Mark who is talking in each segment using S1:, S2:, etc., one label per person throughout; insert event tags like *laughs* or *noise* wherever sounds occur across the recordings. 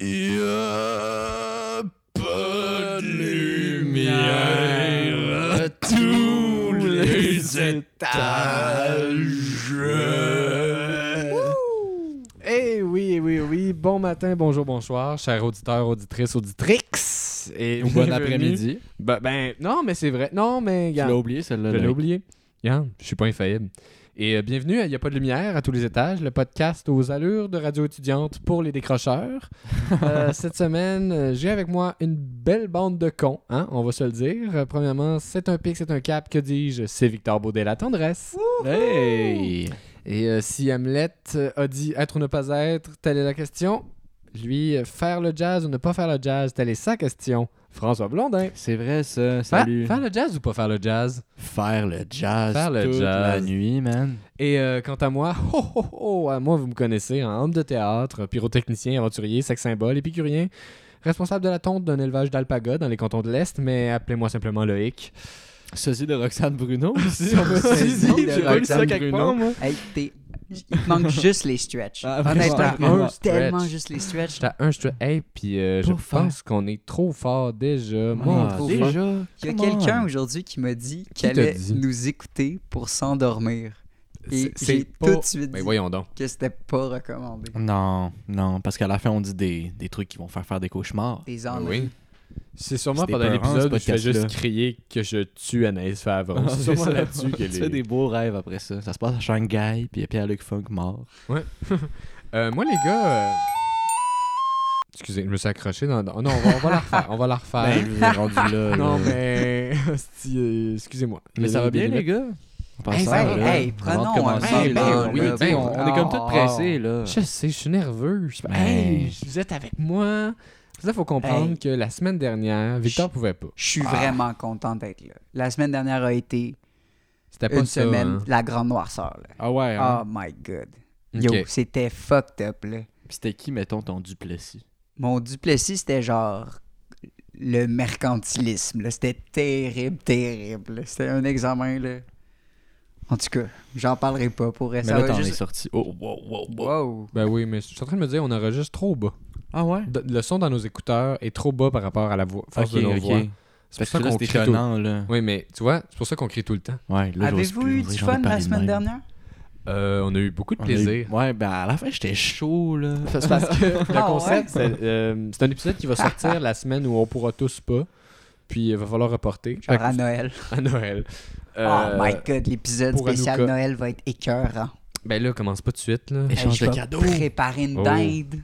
S1: Il n'y a pas de lumière à tous les étages.
S2: Eh oui, eh oui, eh oui. Bon matin, bonjour, bonsoir, chers auditeurs, auditrices, auditrix. Et
S3: Ou bon
S2: bienvenue.
S3: après-midi.
S2: Ben, ben, non, mais c'est vrai. Non, mais,
S3: Tu
S2: Yann,
S3: l'as oublié, celle-là.
S2: je l'ai
S3: là.
S2: oublié. Yann, je suis pas infaillible. Et euh, bienvenue à Il a pas de lumière à tous les étages, le podcast aux allures de radio étudiante pour les décrocheurs.
S3: *laughs*
S2: Euh, cette semaine, euh, j'ai avec moi une belle bande de cons, hein, on va se le dire. Euh, premièrement, c'est un pic, c'est un cap, que dis-je C'est Victor Baudet, la tendresse.
S3: Hey!
S2: Et euh, si Hamlet euh, a dit être ou ne pas être, telle est la question. Lui, euh, faire le jazz ou ne pas faire le jazz, telle est sa question. François Blondin.
S3: C'est vrai, ça.
S2: Fa-
S3: Salut.
S2: faire le jazz ou pas faire le jazz?
S3: Faire le jazz
S2: Faire le
S3: toute la
S2: jazz.
S3: nuit, man.
S2: Et euh, quant à moi, *laughs* ho, ho, ho, à moi, vous me connaissez, hein, homme de théâtre, pyrotechnicien, aventurier, sex symbole, épicurien, responsable de la tonte d'un élevage d'alpaga dans les cantons de l'Est, mais appelez-moi simplement Loïc.
S3: Ceci de Roxane *laughs* Bruno aussi.
S2: Ceci
S3: Ceci
S2: de
S3: j'ai pas lu ça
S2: Roxane
S3: quelque
S2: Bruno.
S3: part, moi.
S4: Hey, t'es- Il te manque juste les stretch.
S3: Ah,
S4: Honnêtement,
S3: vraiment.
S4: il te manque
S2: Un stretch.
S4: tellement juste les stretch.
S2: J'étais à un, je Hey, puis euh, je
S3: Pour faire.
S2: pense qu'on est trop fort déjà. Mon
S3: Ah,
S4: trop
S2: Dieu.
S3: déjà.
S4: Il y a
S3: Come on.
S4: quelqu'un aujourd'hui qui m'a dit qu'elle
S2: t'a
S4: allait
S2: dit?
S4: nous écouter pour s'endormir. Et
S2: C'est-
S4: j'ai
S2: c'est pas-
S4: tout de suite
S2: Mais
S4: dit
S2: voyons donc.
S4: que c'était pas recommandé.
S3: Non, non, parce qu'à la fin, on dit des, des trucs qui vont faire faire des
S4: *laughs*
S3: cauchemars.
S4: Des
S2: Ah
S4: ennuis.
S2: Ben Oui. C'est sûrement
S3: C'était
S2: pendant
S3: peurant, ce
S2: l'épisode où je fais
S3: podcast-là.
S2: juste crier que je tue Anaïs Favre. Ah, c'est sûrement là-dessus
S3: Tu
S2: qu'elle
S3: fais
S2: est.
S3: des beaux rêves après ça. Ça se passe à Shanghai, puis il y a Pierre-Luc Funk mort.
S2: Euh, moi, les gars. euh, Excusez, je me suis accroché dans. dans- Non, on va, on va la refaire. On va la refaire. Euh,
S3: Ben, là, rendu là.
S2: *laughs* non,
S3: là.
S2: mais. hostie, euh, Excusez-moi.
S3: Mais ça va bien, les
S2: gars. Ah,
S3: gars? En
S4: Hey,
S3: passant,
S4: hey,
S3: là, avant
S4: hey,
S3: de
S4: prenons un
S3: commencer,
S2: ben,
S4: bain,
S3: là,
S4: là,
S3: oui,
S4: là,
S3: tu sais, on, on est comme tous
S4: oh,
S3: pressés, là.
S2: Je sais, je suis nerveux. Je fais,
S3: Ben.
S2: Hey, vous êtes avec moi. Là, faut comprendre
S4: Hey.
S2: que la semaine dernière, Victor pouvait pas.
S4: Je suis
S2: Ah.
S4: vraiment content d'être là. La semaine dernière a été
S2: C'était pas
S4: une
S2: ça,
S4: semaine
S2: hein.
S4: de la grande noirceur. là.
S3: Ah ouais, hein?
S4: Oh my god.
S2: Ok.
S4: Yo, c'était fucked up là.
S3: Puis c'était qui, mettons, ton Duplessis?
S4: Mon Duplessis, c'était genre le mercantilisme. là. C'était terrible, terrible. là. C'était un examen. Là. En tout cas, j'en parlerai pas pour
S3: Mais
S4: rester.
S3: là, t'en es sorti. Oh, wow, wow, wow.
S4: Wow.
S2: Ben oui, mais je suis en train de me dire, on enregistre trop bas.
S3: Ah ouais?
S2: D- Le son dans nos écouteurs est trop bas par rapport à la voix, force
S3: Ok,
S2: de nos voix.
S3: ok.
S2: C'est
S3: Parce
S2: pour ça
S3: que là,
S2: qu'on
S3: c'était
S2: crie tout le
S3: étonnant, là.
S2: Oui, mais tu vois, c'est pour ça qu'on crie tout le temps.
S3: Ouais, là, j'ose
S4: Avez-vous
S3: plus,
S4: eu
S3: on dirait que
S4: du
S3: j'en ai
S4: fun la
S3: parlé de
S4: semaine
S3: même.
S4: dernière?
S2: Euh, on a eu beaucoup de
S3: On a eu-
S2: plaisir.
S3: Ouais, ben à la fin, j'étais chaud, là.
S4: *laughs*
S2: Parce que *laughs* le
S4: Ah
S2: concept, c'est, euh, c'est un épisode qui va sortir la semaine où on pourra tous pas. Puis il va falloir reporter. Fait
S4: Genre
S2: que-
S4: à Noël.
S2: *laughs* à Noël.
S4: Oh
S2: Euh,
S4: my god, l'épisode
S2: pour
S4: spécial
S2: Hanouka.
S4: Noël va être écœurant.
S2: Ben là, commence pas tout de suite. Là.
S3: Et- Échange
S4: je
S3: de
S4: vais
S3: cadeaux.
S4: Préparer une
S3: *laughs*
S2: Oh.
S4: dinde.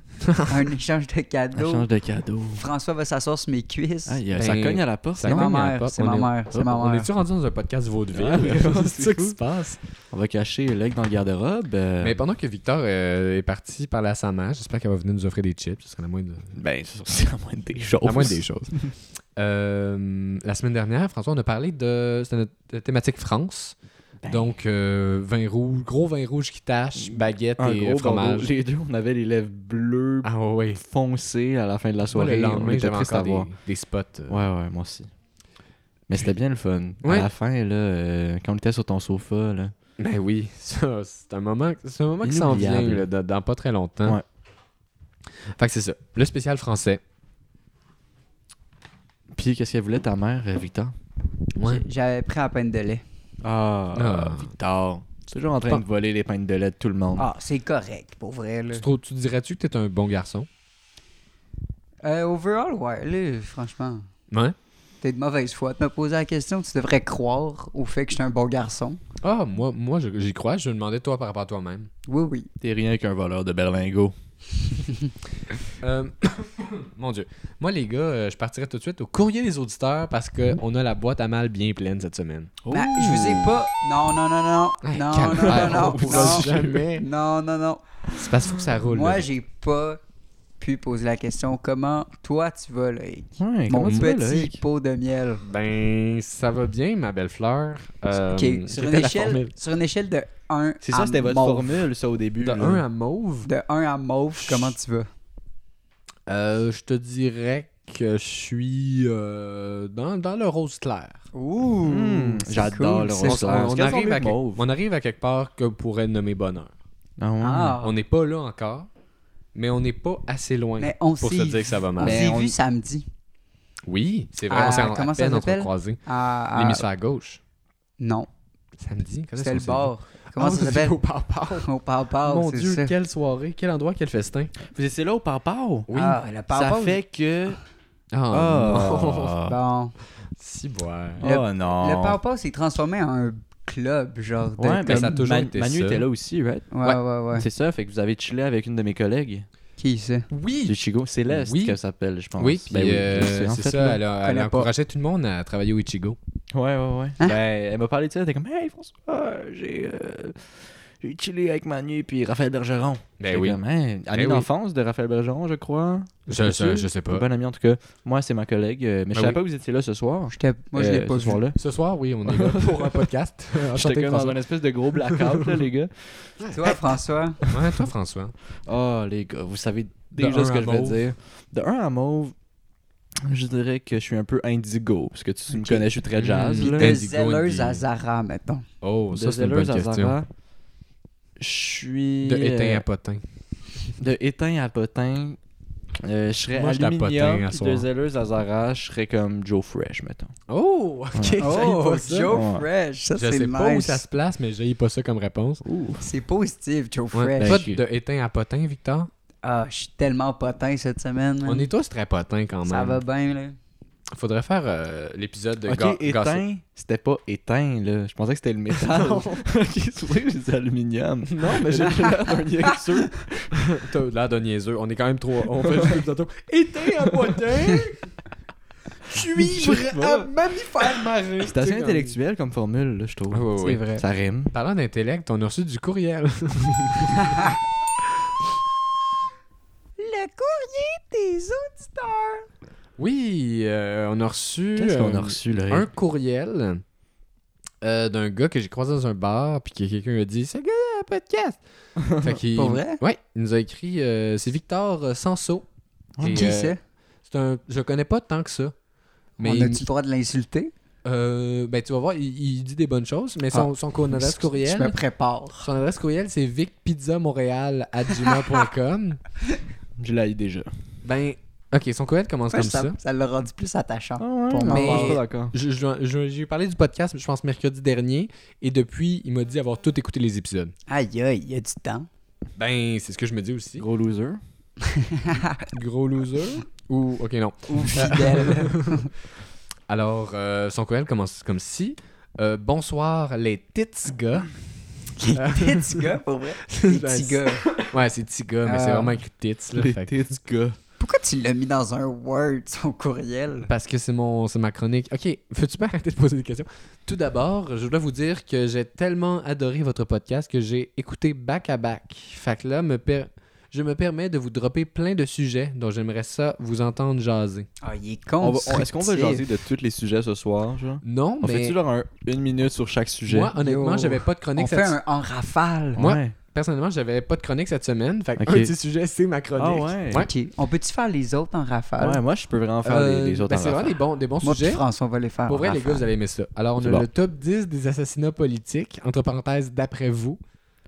S4: un échange de
S3: Un
S4: cadeaux.
S3: change de cadeau.
S4: François va s'asseoir sur mes cuisses.
S3: Aïe,
S2: Ben,
S3: ça cogne hein, à la porte.
S2: ça
S4: c'est
S3: non?
S4: ma
S2: cogne à la
S4: mère,
S2: porte,
S4: c'est
S2: on
S4: ma
S2: est-
S4: mère, c'est
S2: Hop,
S4: ma
S2: On
S4: mère.
S2: est-tu rendu dans un podcast
S3: Ah,
S2: vaudeville?
S3: ouais,
S2: *laughs* c'est
S3: c'est
S2: ça qui
S3: cool.
S2: se passe.
S3: On va cacher l'aigle dans le garde-robe. euh,
S2: Mais pendant que Victor euh, est parti parler à sa mère, j'espère qu'elle va venir nous offrir des chips. Ce serait la moindre,
S3: Ben, c'est la moindre des choses.
S2: la moindre des choses. *laughs* Euh, la semaine dernière, François, on a parlé de. C'était notre thématique France.
S4: Ben.
S2: Donc, euh, vin rouge, gros vin rouge qui tache, baguette
S3: Un
S2: et
S3: gros
S2: fromage.
S3: fromage. Les deux, on avait les lèvres bleues
S2: Ah oui.
S3: foncées à la fin de la soirée.
S2: le
S3: on
S2: lendemain,
S3: était
S2: j'avais
S3: triste à
S2: encore des,
S3: voir.
S2: des spots. euh,
S3: Ouais, ouais, moi aussi. Mais c'était bien le fun.
S2: Ouais.
S3: À la fin, là, euh, quand on était sur ton sofa, là,
S2: Ben oui, *laughs* ça, c'est un moment, c'est un moment qui s'en vient
S3: Inoubliable.
S2: là, dans, dans pas très longtemps.
S3: Ouais.
S2: Fait que c'est ça. Le spécial français.
S3: Puis, qu'est-ce qu'elle voulait, ta mère, euh, Victor?
S2: Ouais.
S4: J'avais pris à peine de lait.
S3: Ah,
S2: Ah.
S3: Victor. C'est toujours en train de voler les pintes de lait de tout le monde.
S4: Ah, c'est correct, pour vrai. Là.
S2: Tu, trou- tu dirais-tu que t'es un bon garçon?
S4: Euh, overall, ouais, là, franchement,
S2: Ouais.
S4: t'es de mauvaise foi. Tu m'as posé la question, tu devrais croire au fait que je suis un bon garçon.
S2: Ah, moi, moi je- j'y crois. Je me demandais toi par rapport à toi-même.
S4: Oui, oui.
S3: T'es rien qu'un voleur de berlingot.
S2: Euh, *coughs* mon Dieu. Moi, les gars, euh, je partirais tout de suite au courrier des auditeurs parce
S4: Mhm.
S2: qu'on a la boîte à mal bien pleine cette semaine.
S4: Ben, je vous ai pas. Non, non, non, non.
S2: Hey,
S4: non, non,
S2: calvaire,
S3: Oh,
S2: on
S4: non, Ah, non,
S2: pourra
S4: non.
S2: jamais.
S4: Non, non, non.
S2: C'est parce qu'il faut que ça roule.
S4: Moi,
S2: là.
S4: j'ai pas pu poser la question comment toi tu vas, Loïc
S3: Ouais,
S4: Mon
S3: Ben, comment tu vas,
S4: petit
S3: Loïc?
S4: pot de miel.
S2: Ben, ça va bien, ma belle fleur. Euh,
S4: Ok, sur,
S2: c'était
S4: une
S2: la
S4: échelle,
S2: formule.
S4: sur une échelle de 1
S3: C'est ça,
S4: à
S3: c'était votre
S4: mauve.
S3: formule, ça, au début.
S2: De
S3: là.
S2: 1 à mauve,
S4: De 1 à mauve, comment tu vas
S2: Euh, je te dirais que je suis euh, dans, dans le rose clair.
S4: Ouh,
S3: Hmm,
S4: c'est
S3: J'adore
S4: cool,
S3: le
S4: c'est
S3: rose
S4: cool.
S3: clair.
S2: on,
S3: Quelles sont
S2: arrive
S3: les
S2: à que-
S3: mauves?
S2: on arrive à quelque part que pourrait nommer bonheur.
S3: Ah ouais.
S4: Ah,
S2: On n'est pas là encore, mais on n'est pas assez loin
S4: Mais on
S2: pour
S4: s'est
S2: se dire que ça va
S4: on
S2: mal.
S4: s'est
S2: Mais on-
S4: vu samedi.
S2: Oui, c'est vrai,
S4: Ah,
S2: on s'est en-
S4: comment
S2: à
S4: ça
S2: peine
S4: s'appelle? Ah.
S2: entrecroisés.
S4: à- à-
S2: L'hémisphère gauche.
S4: Non,
S2: Samedi, quand est-ce
S4: c'était
S2: qu'on
S4: le
S2: s'est vu?
S4: bar. Comment
S2: Ah,
S4: ça
S2: vous
S4: s'appelle?
S2: étiez au Pau-Pau.
S4: Au Pau-Pau,
S2: Mon
S4: c'est
S2: Dieu,
S4: ça.
S2: quelle soirée, quel endroit, quel festin.
S3: Vous étiez là au Parpao?
S2: Oui.
S4: Ah, le
S3: Ça
S4: Pau-Pau,
S3: fait que.
S2: Ah.
S3: Ah.
S4: Bon.
S2: *laughs* Si boire.
S4: Le-
S3: oh non.
S2: Ah.
S4: Le Pau-Pau s'est transformé en un club, genre. de-
S3: Ouais, mais
S2: ben, ça a toujours
S3: Man-
S2: été
S3: Manu
S2: ça.
S3: était là aussi, right?
S4: ouais, ouais, ouais.
S3: C'est ça, fait que vous avez chillé avec une de mes collègues
S4: Qui, ça?
S2: Oui.
S3: du Chigo. Céleste
S2: Oui.
S3: qu'elle s'appelle, je pense.
S2: Oui, puis
S3: Ben
S2: euh,
S3: en
S2: c'est
S3: fait,
S2: ça,
S3: là.
S2: elle, a-
S4: Je
S2: elle
S4: connais pas.
S2: encourageait tout le monde à travailler au Ichigo.
S3: Ouais, ouais, ouais.
S4: Hein?
S3: Ben, elle m'a parlé de ça, elle était comme Hey François, j'ai euh, j'ai chillé avec Manu puis Raphaël Bergeron.
S2: Ben
S3: J'étais
S2: oui.
S3: Comme, Hein, ami
S2: oui.
S3: d'enfance de Raphaël Bergeron, je crois.
S2: Je,
S3: Sûr?
S2: je, je sais
S3: Un
S2: pas.
S3: Bon ami en tout cas. Moi, c'est ma collègue, euh, mais je
S2: Ben
S3: savais
S2: oui.
S3: pas que vous étiez là ce soir.
S4: J'étais- Moi, je
S3: Euh,
S4: l'ai pas
S3: ce
S4: vu.
S3: soir-là.
S2: Ce soir, oui, on est
S4: *laughs*
S2: là pour un podcast.
S3: J'étais
S2: Enchanté,
S3: comme dans
S2: Ah, François.
S3: une espèce de gros blackout, là, les gars.
S4: Toi,
S2: *laughs*
S4: François,
S2: Ouais, toi, François.
S3: Oh, les gars, vous savez
S2: De
S3: déjà
S2: un
S3: ce que
S2: à
S3: je vais
S2: mauve.
S3: dire. De 1 à mauve, je dirais que je suis un peu indigo, parce que tu me
S4: Ok.
S3: connais, je suis très jazz.
S2: Mm.
S3: là.
S4: de
S2: Indigo
S4: Zelleuse
S2: Indie.
S4: à
S2: *laughs*
S4: Zara, mettons.
S2: Oh,
S3: De
S2: ça, c'est une bonne
S3: Zelleuse à
S2: question.
S3: Zara, Je suis.
S2: De éteint
S3: euh,
S2: à potin.
S3: De éteint à potin. Euh, je serais
S2: Moi, je suis à
S3: aluminium,
S2: Potin à
S3: puis
S2: soir.
S3: de Zelleuse à Zara, je serais comme Joe Fresh, mettons.
S2: Oh, ok. j'haïs pas ça.
S3: Ouais.
S4: Fresh, ça
S2: Je
S4: c'est
S2: sais pas où
S4: nice.
S2: ça se place, mais j'ai pas ça comme réponse.
S4: C'est positif, Joe
S2: Ouais, ben,
S4: Fresh.
S2: Pas
S3: Fresh.
S2: de éteint à potin, Victor.
S4: Ah, je suis tellement potin cette semaine. man.
S2: On est tous très potins quand même.
S4: Ça va bien, là.
S2: Faudrait faire euh, l'épisode de
S3: Ok,
S2: Ga- Gossip.
S3: éteint, c'était pas éteint, là. Je pensais que c'était le *laughs* métal. ok, c'est pour ça que j'ai dit aluminium. Ah, Non, *laughs* mais j'ai l'air d'un niaiseux.
S2: T'as l'air de niaiseux. On est quand même trois. On fait juste bientôt. Éteint à potin! *laughs*
S3: Cuivre à
S2: mammifère marin!
S3: C'est assez intellectuel comme formule, là, je trouve.
S2: Ouais, ouais, ouais.
S4: vrai.
S3: Ça rime.
S2: Parlant d'intellect, on a reçu du courriel. *laughs*
S4: Le courrier des auditeurs.
S2: Oui, euh, on a reçu.
S3: Qu'est-ce qu'on
S2: euh,
S3: a reçu, là?
S2: Un courriel euh, d'un gars que j'ai croisé dans un bar, puis que quelqu'un a dit Ce gars a un podcast.
S3: *laughs*
S2: Fait qu'il-
S4: Pour vrai?
S2: Ouais, il nous a écrit euh, C'est Victor euh, Sanso. Et,
S4: Qui
S2: euh,
S4: c'est?
S2: C'est un. Je le connais pas tant que ça. Mais
S4: On a-tu le droit de l'insulter?
S2: euh, ben, tu vas voir, il, il dit des bonnes choses, mais son, son, son adresse
S4: Ah. Je me
S2: courriel.
S4: prépare.
S2: Son adresse courriel, c'est
S4: *laughs*
S2: vicpizzamontréal.com.
S3: Je l'ai déjà.
S2: ben, ok, son courriel commence
S4: Ouais,
S2: comme ça.
S4: ça ça l'a rendu plus attachant.
S3: Ah, ouais,
S4: Pour
S3: non,
S2: mais-
S3: je suis pas d'accord.
S2: Je- je- je- J'ai parlé du podcast, je pense, mercredi dernier, et depuis, il m'a dit avoir tout écouté les épisodes.
S4: Aïe, aïe, il y a du temps.
S2: Ben, c'est ce que je me dis aussi.
S3: Gros loser.
S2: Gros loser. Ou, ok, non.
S3: *laughs*
S4: Ou fidèle.
S2: Alors, euh, son courriel commence comme si. euh, bonsoir, les tits gars.
S4: Des petits gars, pour vrai. Des petits gars.
S2: *laughs* Ouais, c'est tits gars, mais
S4: Ah.
S2: c'est vraiment écrit tits. Là, fait que-
S3: gars.
S4: Pourquoi tu l'as mis dans un Word, son courriel?
S2: Parce que c'est mon c'est ma chronique. OK, veux-tu pas arrêter de poser des questions? Tout d'abord, je voudrais vous dire que j'ai tellement adoré votre podcast que j'ai écouté back à back. Fait que là, me per- je me permets de vous dropper plein de sujets dont j'aimerais ça vous entendre jaser.
S4: Ah, il est
S3: On
S4: con.
S3: va- on- Est-ce qu'on va jaser de tous les sujets ce soir, genre?
S2: Non,
S3: On
S2: mais
S3: fait-tu genre un- une minute sur chaque sujet?
S2: moi, honnêtement,
S4: Yo.
S2: j'avais pas de
S4: On
S2: chronique
S4: fait
S2: cette
S4: un en rafale.
S2: moi-
S3: Ouais.
S2: Personnellement, j'avais pas de chronique cette semaine. Fait que
S3: Ok.
S2: un petit sujet, c'est ma chronique.
S3: Ah ouais?
S2: Ouais.
S4: Ok. On peut-tu faire les autres en rafale?
S3: Ouais, moi, je peux vraiment faire
S2: Euh,
S3: les, les autres
S2: ben,
S3: en
S2: c'est vraiment
S3: rafale.
S2: des bons, des bons
S4: Moi et
S2: sujets.
S4: François, on va les faire.
S2: Pour vrai,
S4: en
S2: les gars, vous avez aimé ça. Alors, on a
S3: C'est bon.
S2: le top 10 des assassinats politiques, entre parenthèses, d'après vous.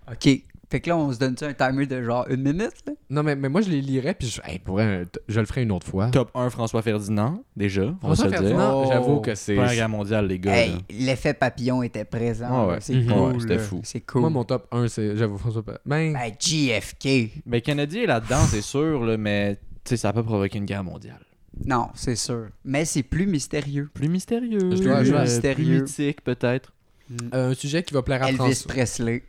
S4: rafale. OK. Fait que là, on se donne-tu un timer de genre une minute? Là?
S2: Non, mais, mais moi, je les lirais, puis je, hey, pour vrai, t- je le ferai une autre fois.
S3: Top 1, François Ferdinand, déjà. on va se
S2: François
S3: le dire.
S2: Ferdinand,
S3: Oh,
S2: j'avoue que c'est.
S3: Première guerre mondiale, les gars. là.
S4: Hey, l'effet papillon était présent.
S3: Ah ouais.
S4: là. C'est
S2: Mhm.
S4: cool.
S3: Ouais, c'était
S4: là.
S3: fou.
S4: C'est cool.
S2: Moi, mon top 1, c'est. J'avoue, François. Pe- Ben,
S4: Ben, JFK.
S3: Ben, Canadien est là-dedans, c'est sûr, là, mais tu sais, ça peut provoquer une guerre mondiale.
S4: Non, c'est sûr. Mais c'est plus mystérieux.
S3: Plus mystérieux. Euh,
S2: Je dois
S3: plus,
S2: jouer à
S4: mystérieux.
S3: plus mythique, peut-être.
S2: euh, un sujet qui va plaire à
S4: Elvis
S2: François.
S4: Presley.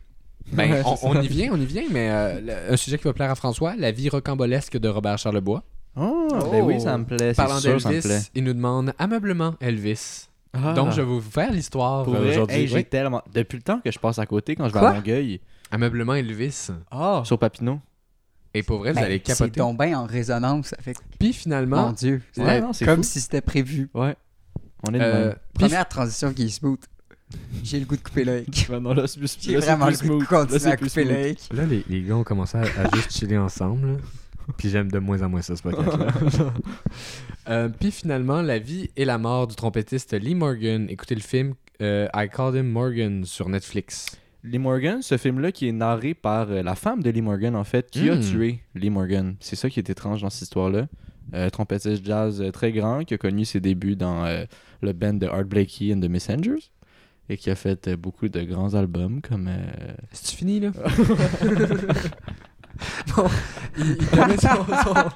S2: Ben,
S3: Ouais,
S2: on,
S3: c'est ça.
S2: on y vient, on y vient, mais euh, le- un sujet qui va plaire à François, la vie rocambolesque de Robert Charlebois.
S3: Oh, ben oui, ça me plaît. C'est
S2: Parlant
S3: sûr, ça me plaît.
S2: d'Elvis, il nous demande ameublement Elvis.
S3: Ah.
S2: Donc, je vais vous faire l'histoire
S3: Pour
S2: euh,
S3: vrai,
S2: aujourd'hui.
S3: hey, j'ai
S2: Oui.
S3: tellement. Depuis le temps que je passe à côté quand je vais
S4: Quoi?
S3: à Longueuil,
S2: Ameublement Elvis.
S4: Ah!
S3: sur Papineau.
S2: Et pour
S3: Ben,
S2: vrai, vous allez
S4: Ben, c'est
S2: capoter.
S4: tombé en résonance avec.
S2: Puis
S4: Mon
S2: finalement,
S4: Dieu.
S2: Ouais,
S3: Ouais, non, c'est
S4: Comme
S3: fou.
S4: si c'était prévu.
S3: Ouais. On est de
S2: euh,
S3: même.
S2: puis-
S4: Première transition qui est smooth. J'ai le goût de couper l'œil.
S3: Ouais, ben non, là, c'est plus-
S4: *laughs* J'ai
S3: là, c'est
S4: vraiment le
S3: plus
S4: goût de
S3: smooth. Là,
S4: continuer
S3: c'est
S4: à
S3: plus
S4: couper
S3: smooth.
S4: l'œil.
S2: Là, les, les gars ont commencé à, à juste chiller ensemble. là. Puis j'aime de moins en moins ça, ce *laughs* podcast-là. Euh, puis finalement, la vie et la mort du trompettiste Lee Morgan. Écoutez le film euh, I Called Him Morgan sur Netflix.
S3: Lee Morgan, ce film-là qui est narré par euh, la femme de Lee Morgan, en fait, qui a
S2: Hmm.
S3: tué Lee Morgan. C'est ça qui est étrange dans cette histoire-là. Euh, trompettiste jazz euh, très grand, qui a connu ses débuts dans euh, le band de Art Blakey and the Messengers, et qui a fait euh, beaucoup de grands albums comme... euh,
S2: C'est fini là. *laughs* bon, il, il te met son, son-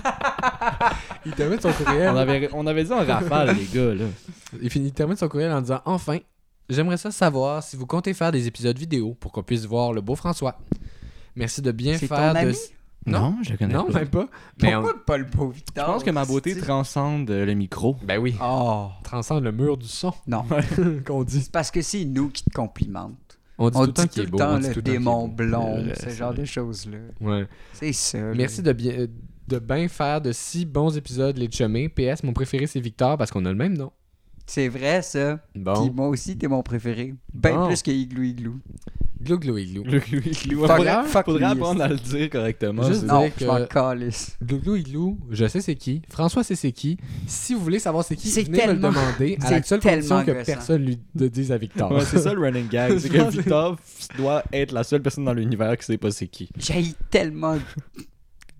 S2: *laughs* il te met son courriel.
S3: On avait, on avait dit en
S4: *laughs*
S3: rafale, les gars, là.
S2: Il, finit, il termine son courriel en disant Enfin, j'aimerais ça savoir si vous comptez faire des épisodes vidéo pour qu'on puisse voir le beau François. Merci de bien
S4: C'est
S2: faire
S4: ton
S2: de.
S4: ami?
S2: Non.
S3: Non, je le connais
S2: Non,
S3: pas.
S2: même pas. Mais
S4: Pourquoi pas le beau Victor?
S3: Je pense que ma beauté
S4: c'est-tu?
S3: transcende euh, le micro.
S2: on- Ben oui.
S4: Oh,
S2: Transcende le mur du son *laughs*
S4: non.
S2: qu'on dit.
S4: C'est parce que c'est nous qui te complimentons.
S2: On dit
S4: On
S2: tout le temps qu'il est beau. on dit
S4: le
S2: tout le temps qu'il est
S4: démon
S2: beau.
S4: blond,
S3: Euh,
S4: ce
S3: c'est
S4: genre
S3: vrai.
S4: de choses-là.
S2: Ouais.
S4: C'est ça. là.
S2: Merci de bien, euh, de bien faire de si bons épisodes, les chumés. PS, mon préféré, c'est Victor parce qu'on a le même nom.
S4: C'est vrai, ça. Puis
S2: Bon.
S4: moi aussi, t'es mon préféré. Ben
S2: Bon.
S4: plus que Igloo Igloo.
S2: Glou, glou, iglou.
S3: *laughs* Le Faudrait,
S4: Fuck off, fuck
S3: faudrait
S4: lui.
S3: apprendre à le dire correctement.
S2: Juste-
S3: c'est-
S2: dirais
S4: Non,
S2: que-
S4: je m'en calisse.
S2: Glou, glou, iglou. Je sais c'est qui. François, c'est c'est qui. Si vous voulez savoir c'est qui,
S4: C'est
S2: venez me
S4: tellement-
S2: le demander à la
S4: *laughs* c'est
S2: seule condition
S4: tellement
S2: que
S4: gossant.
S2: personne lui le dise à Victor.
S3: Ouais, c'est ça le running gag. *laughs* C'est
S2: Je
S3: que
S2: pense que-
S3: Victor doit être la seule personne dans l'univers qui sait pas c'est qui.
S4: J'ai tellement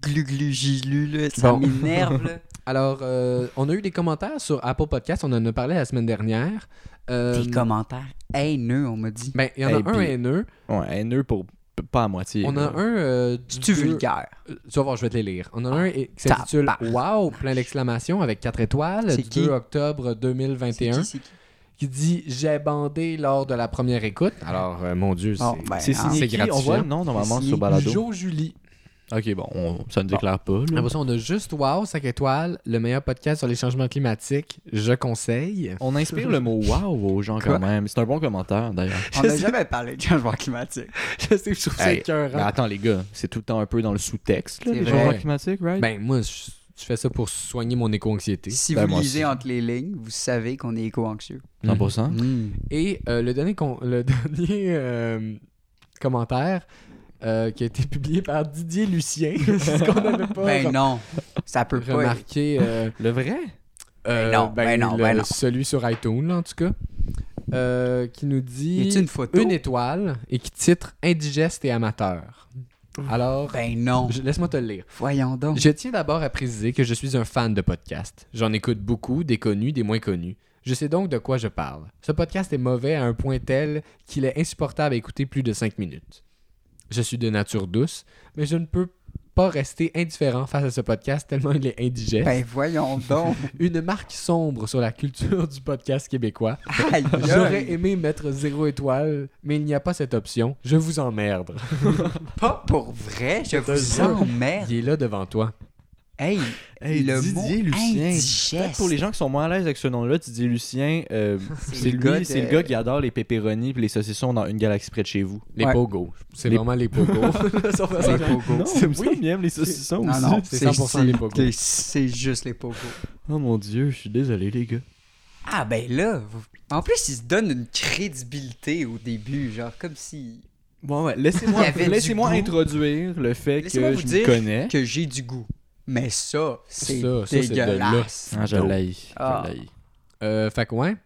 S4: glu glu gilu, là. Ça
S2: Bon.
S4: m'énerve,
S2: *laughs*
S4: là.
S2: Alors, euh, on a eu des commentaires sur Apple Podcast. On en a parlé la semaine dernière. Euh,
S4: Des commentaires haineux, on m'a dit.
S2: ben, il y en
S3: Hey,
S2: a un
S3: puis-
S2: haineux.
S3: Ouais, haineux pour p- pas à moitié.
S2: On a
S3: là. Ben,
S2: un. euh,
S4: C'est-tu
S2: deux-
S4: vulgaire?
S2: Euh, Tu vas voir, je vais te les lire. On en a un et- qui s'intitule
S4: Ah, tabarnak.
S2: Wow, plein d'exclamations avec 4 étoiles
S4: C'est
S2: du
S4: qui?
S2: 2 octobre
S4: C'est
S2: 2021
S4: qui,
S2: qui,
S4: c'est qui?
S2: dit J'ai bandé lors de la première écoute. Alors, euh, mon Dieu, c'est.
S4: Bon, ben,
S3: C'est
S4: hein.
S3: signé
S2: c'est
S3: qui?
S2: gratifiant.
S3: On voit le nom normalement sur
S4: C'est signé
S3: Balado.
S2: Jo Julie.
S3: Ok, bon, on- ça ne déclare pas. là.
S2: Après ça, on a juste Wow, 5 étoiles, le meilleur podcast sur les changements climatiques. Je conseille.
S3: On inspire le mot wow aux gens
S4: Quoi?
S3: quand même. C'est un bon commentaire d'ailleurs.
S2: *laughs*
S4: On n'a jamais parlé de changement climatique.
S2: je sais, je trouve
S3: Hey,
S2: écœurant.
S3: Mais attends les gars, c'est tout le temps un peu dans le sous-texte là,
S4: C'est
S3: les
S4: vrai.
S3: changements climatiques, right?
S2: Ben, moi, je, je fais ça pour soigner mon éco-anxiété.
S4: Si
S3: Ben,
S4: vous
S3: moi
S4: lisez
S3: aussi.
S4: entre les lignes, vous savez qu'on est éco-anxieux.
S2: Hein?
S3: 100%.
S4: Hmm.
S2: Et euh, le dernier, con- *laughs* le dernier euh, commentaire euh, qui a été publié par Didier Lucien, *laughs* c'est ce qu'on n'avait pas
S4: Ben non, ça peut pas. être-
S2: remarqué. euh,
S3: Le vrai?
S2: euh,
S4: non, *laughs* ben non,
S2: le-
S4: ben non.
S2: Celui sur iTunes, là, en tout cas, euh, qui nous
S4: Y
S2: dit
S4: a-tu une photo?
S2: une étoile et qui titre Indigeste et amateur. Alors,
S4: Ben non.
S2: je- laisse-moi te le lire.
S4: Voyons donc.
S2: *laughs* Je tiens d'abord à préciser que je suis un fan de podcasts. J'en écoute beaucoup, des connus, des moins connus. Je sais donc de quoi je parle. Ce podcast est mauvais à un point tel qu'il est insupportable à écouter plus de 5 minutes. Je suis de nature douce, mais je ne peux pas rester indifférent face à ce podcast tellement il est indigeste.
S4: Ben voyons
S2: *laughs*
S4: donc.
S2: Une marque sombre sur la culture du podcast québécois.
S4: Aïe,
S2: J'aurais
S4: aïe.
S2: aimé mettre zéro étoile, mais il n'y a pas cette option. Je vous emmerde.
S4: Pas pour vrai, je
S2: te
S4: vous
S2: jure.
S4: emmerde.
S2: Il est là devant toi.
S4: Hey,
S3: Hey,
S4: le
S3: Didier
S4: mot
S3: Lucien. Peut-être
S4: indigeste.
S3: pour les gens qui sont moins à l'aise avec ce nom-là, tu dis Lucien,
S4: *laughs*
S3: euh, c'est lui,
S4: le gars de-
S3: c'est le gars qui adore les pepperonis puis les saucissons dans une galaxie près de chez vous.
S2: Les
S4: Ouais.
S2: pogos. C'est
S3: Les-
S2: vraiment les
S4: *laughs*
S2: pogos. Son personnage.
S3: *laughs*
S4: pogos.
S3: c'est oui. il aime les saucissons
S4: Oh, Non, non,
S2: C'est 100% les pogos.
S4: Oh, c'est- C'est juste les pogos.
S3: Oh mon dieu, je suis désolé les gars.
S4: Ah ben là, vous- en plus, il se donne une crédibilité au début, genre comme si...
S3: Bon ouais,
S4: Il
S3: laissez-moi
S4: y avait du
S3: laissez-moi
S4: goût.
S3: introduire le fait que je
S4: Laissez-moi vous
S3: me
S4: dire
S3: connais.
S4: que j'ai du goût. Mais ça, c'est
S2: Ça, ça, c'est de là.
S4: dégueulasse.
S3: Ah, je
S2: Donc.
S3: l'haïs,
S4: Ah.
S3: je l'haïs.
S2: Euh, fait que ouais.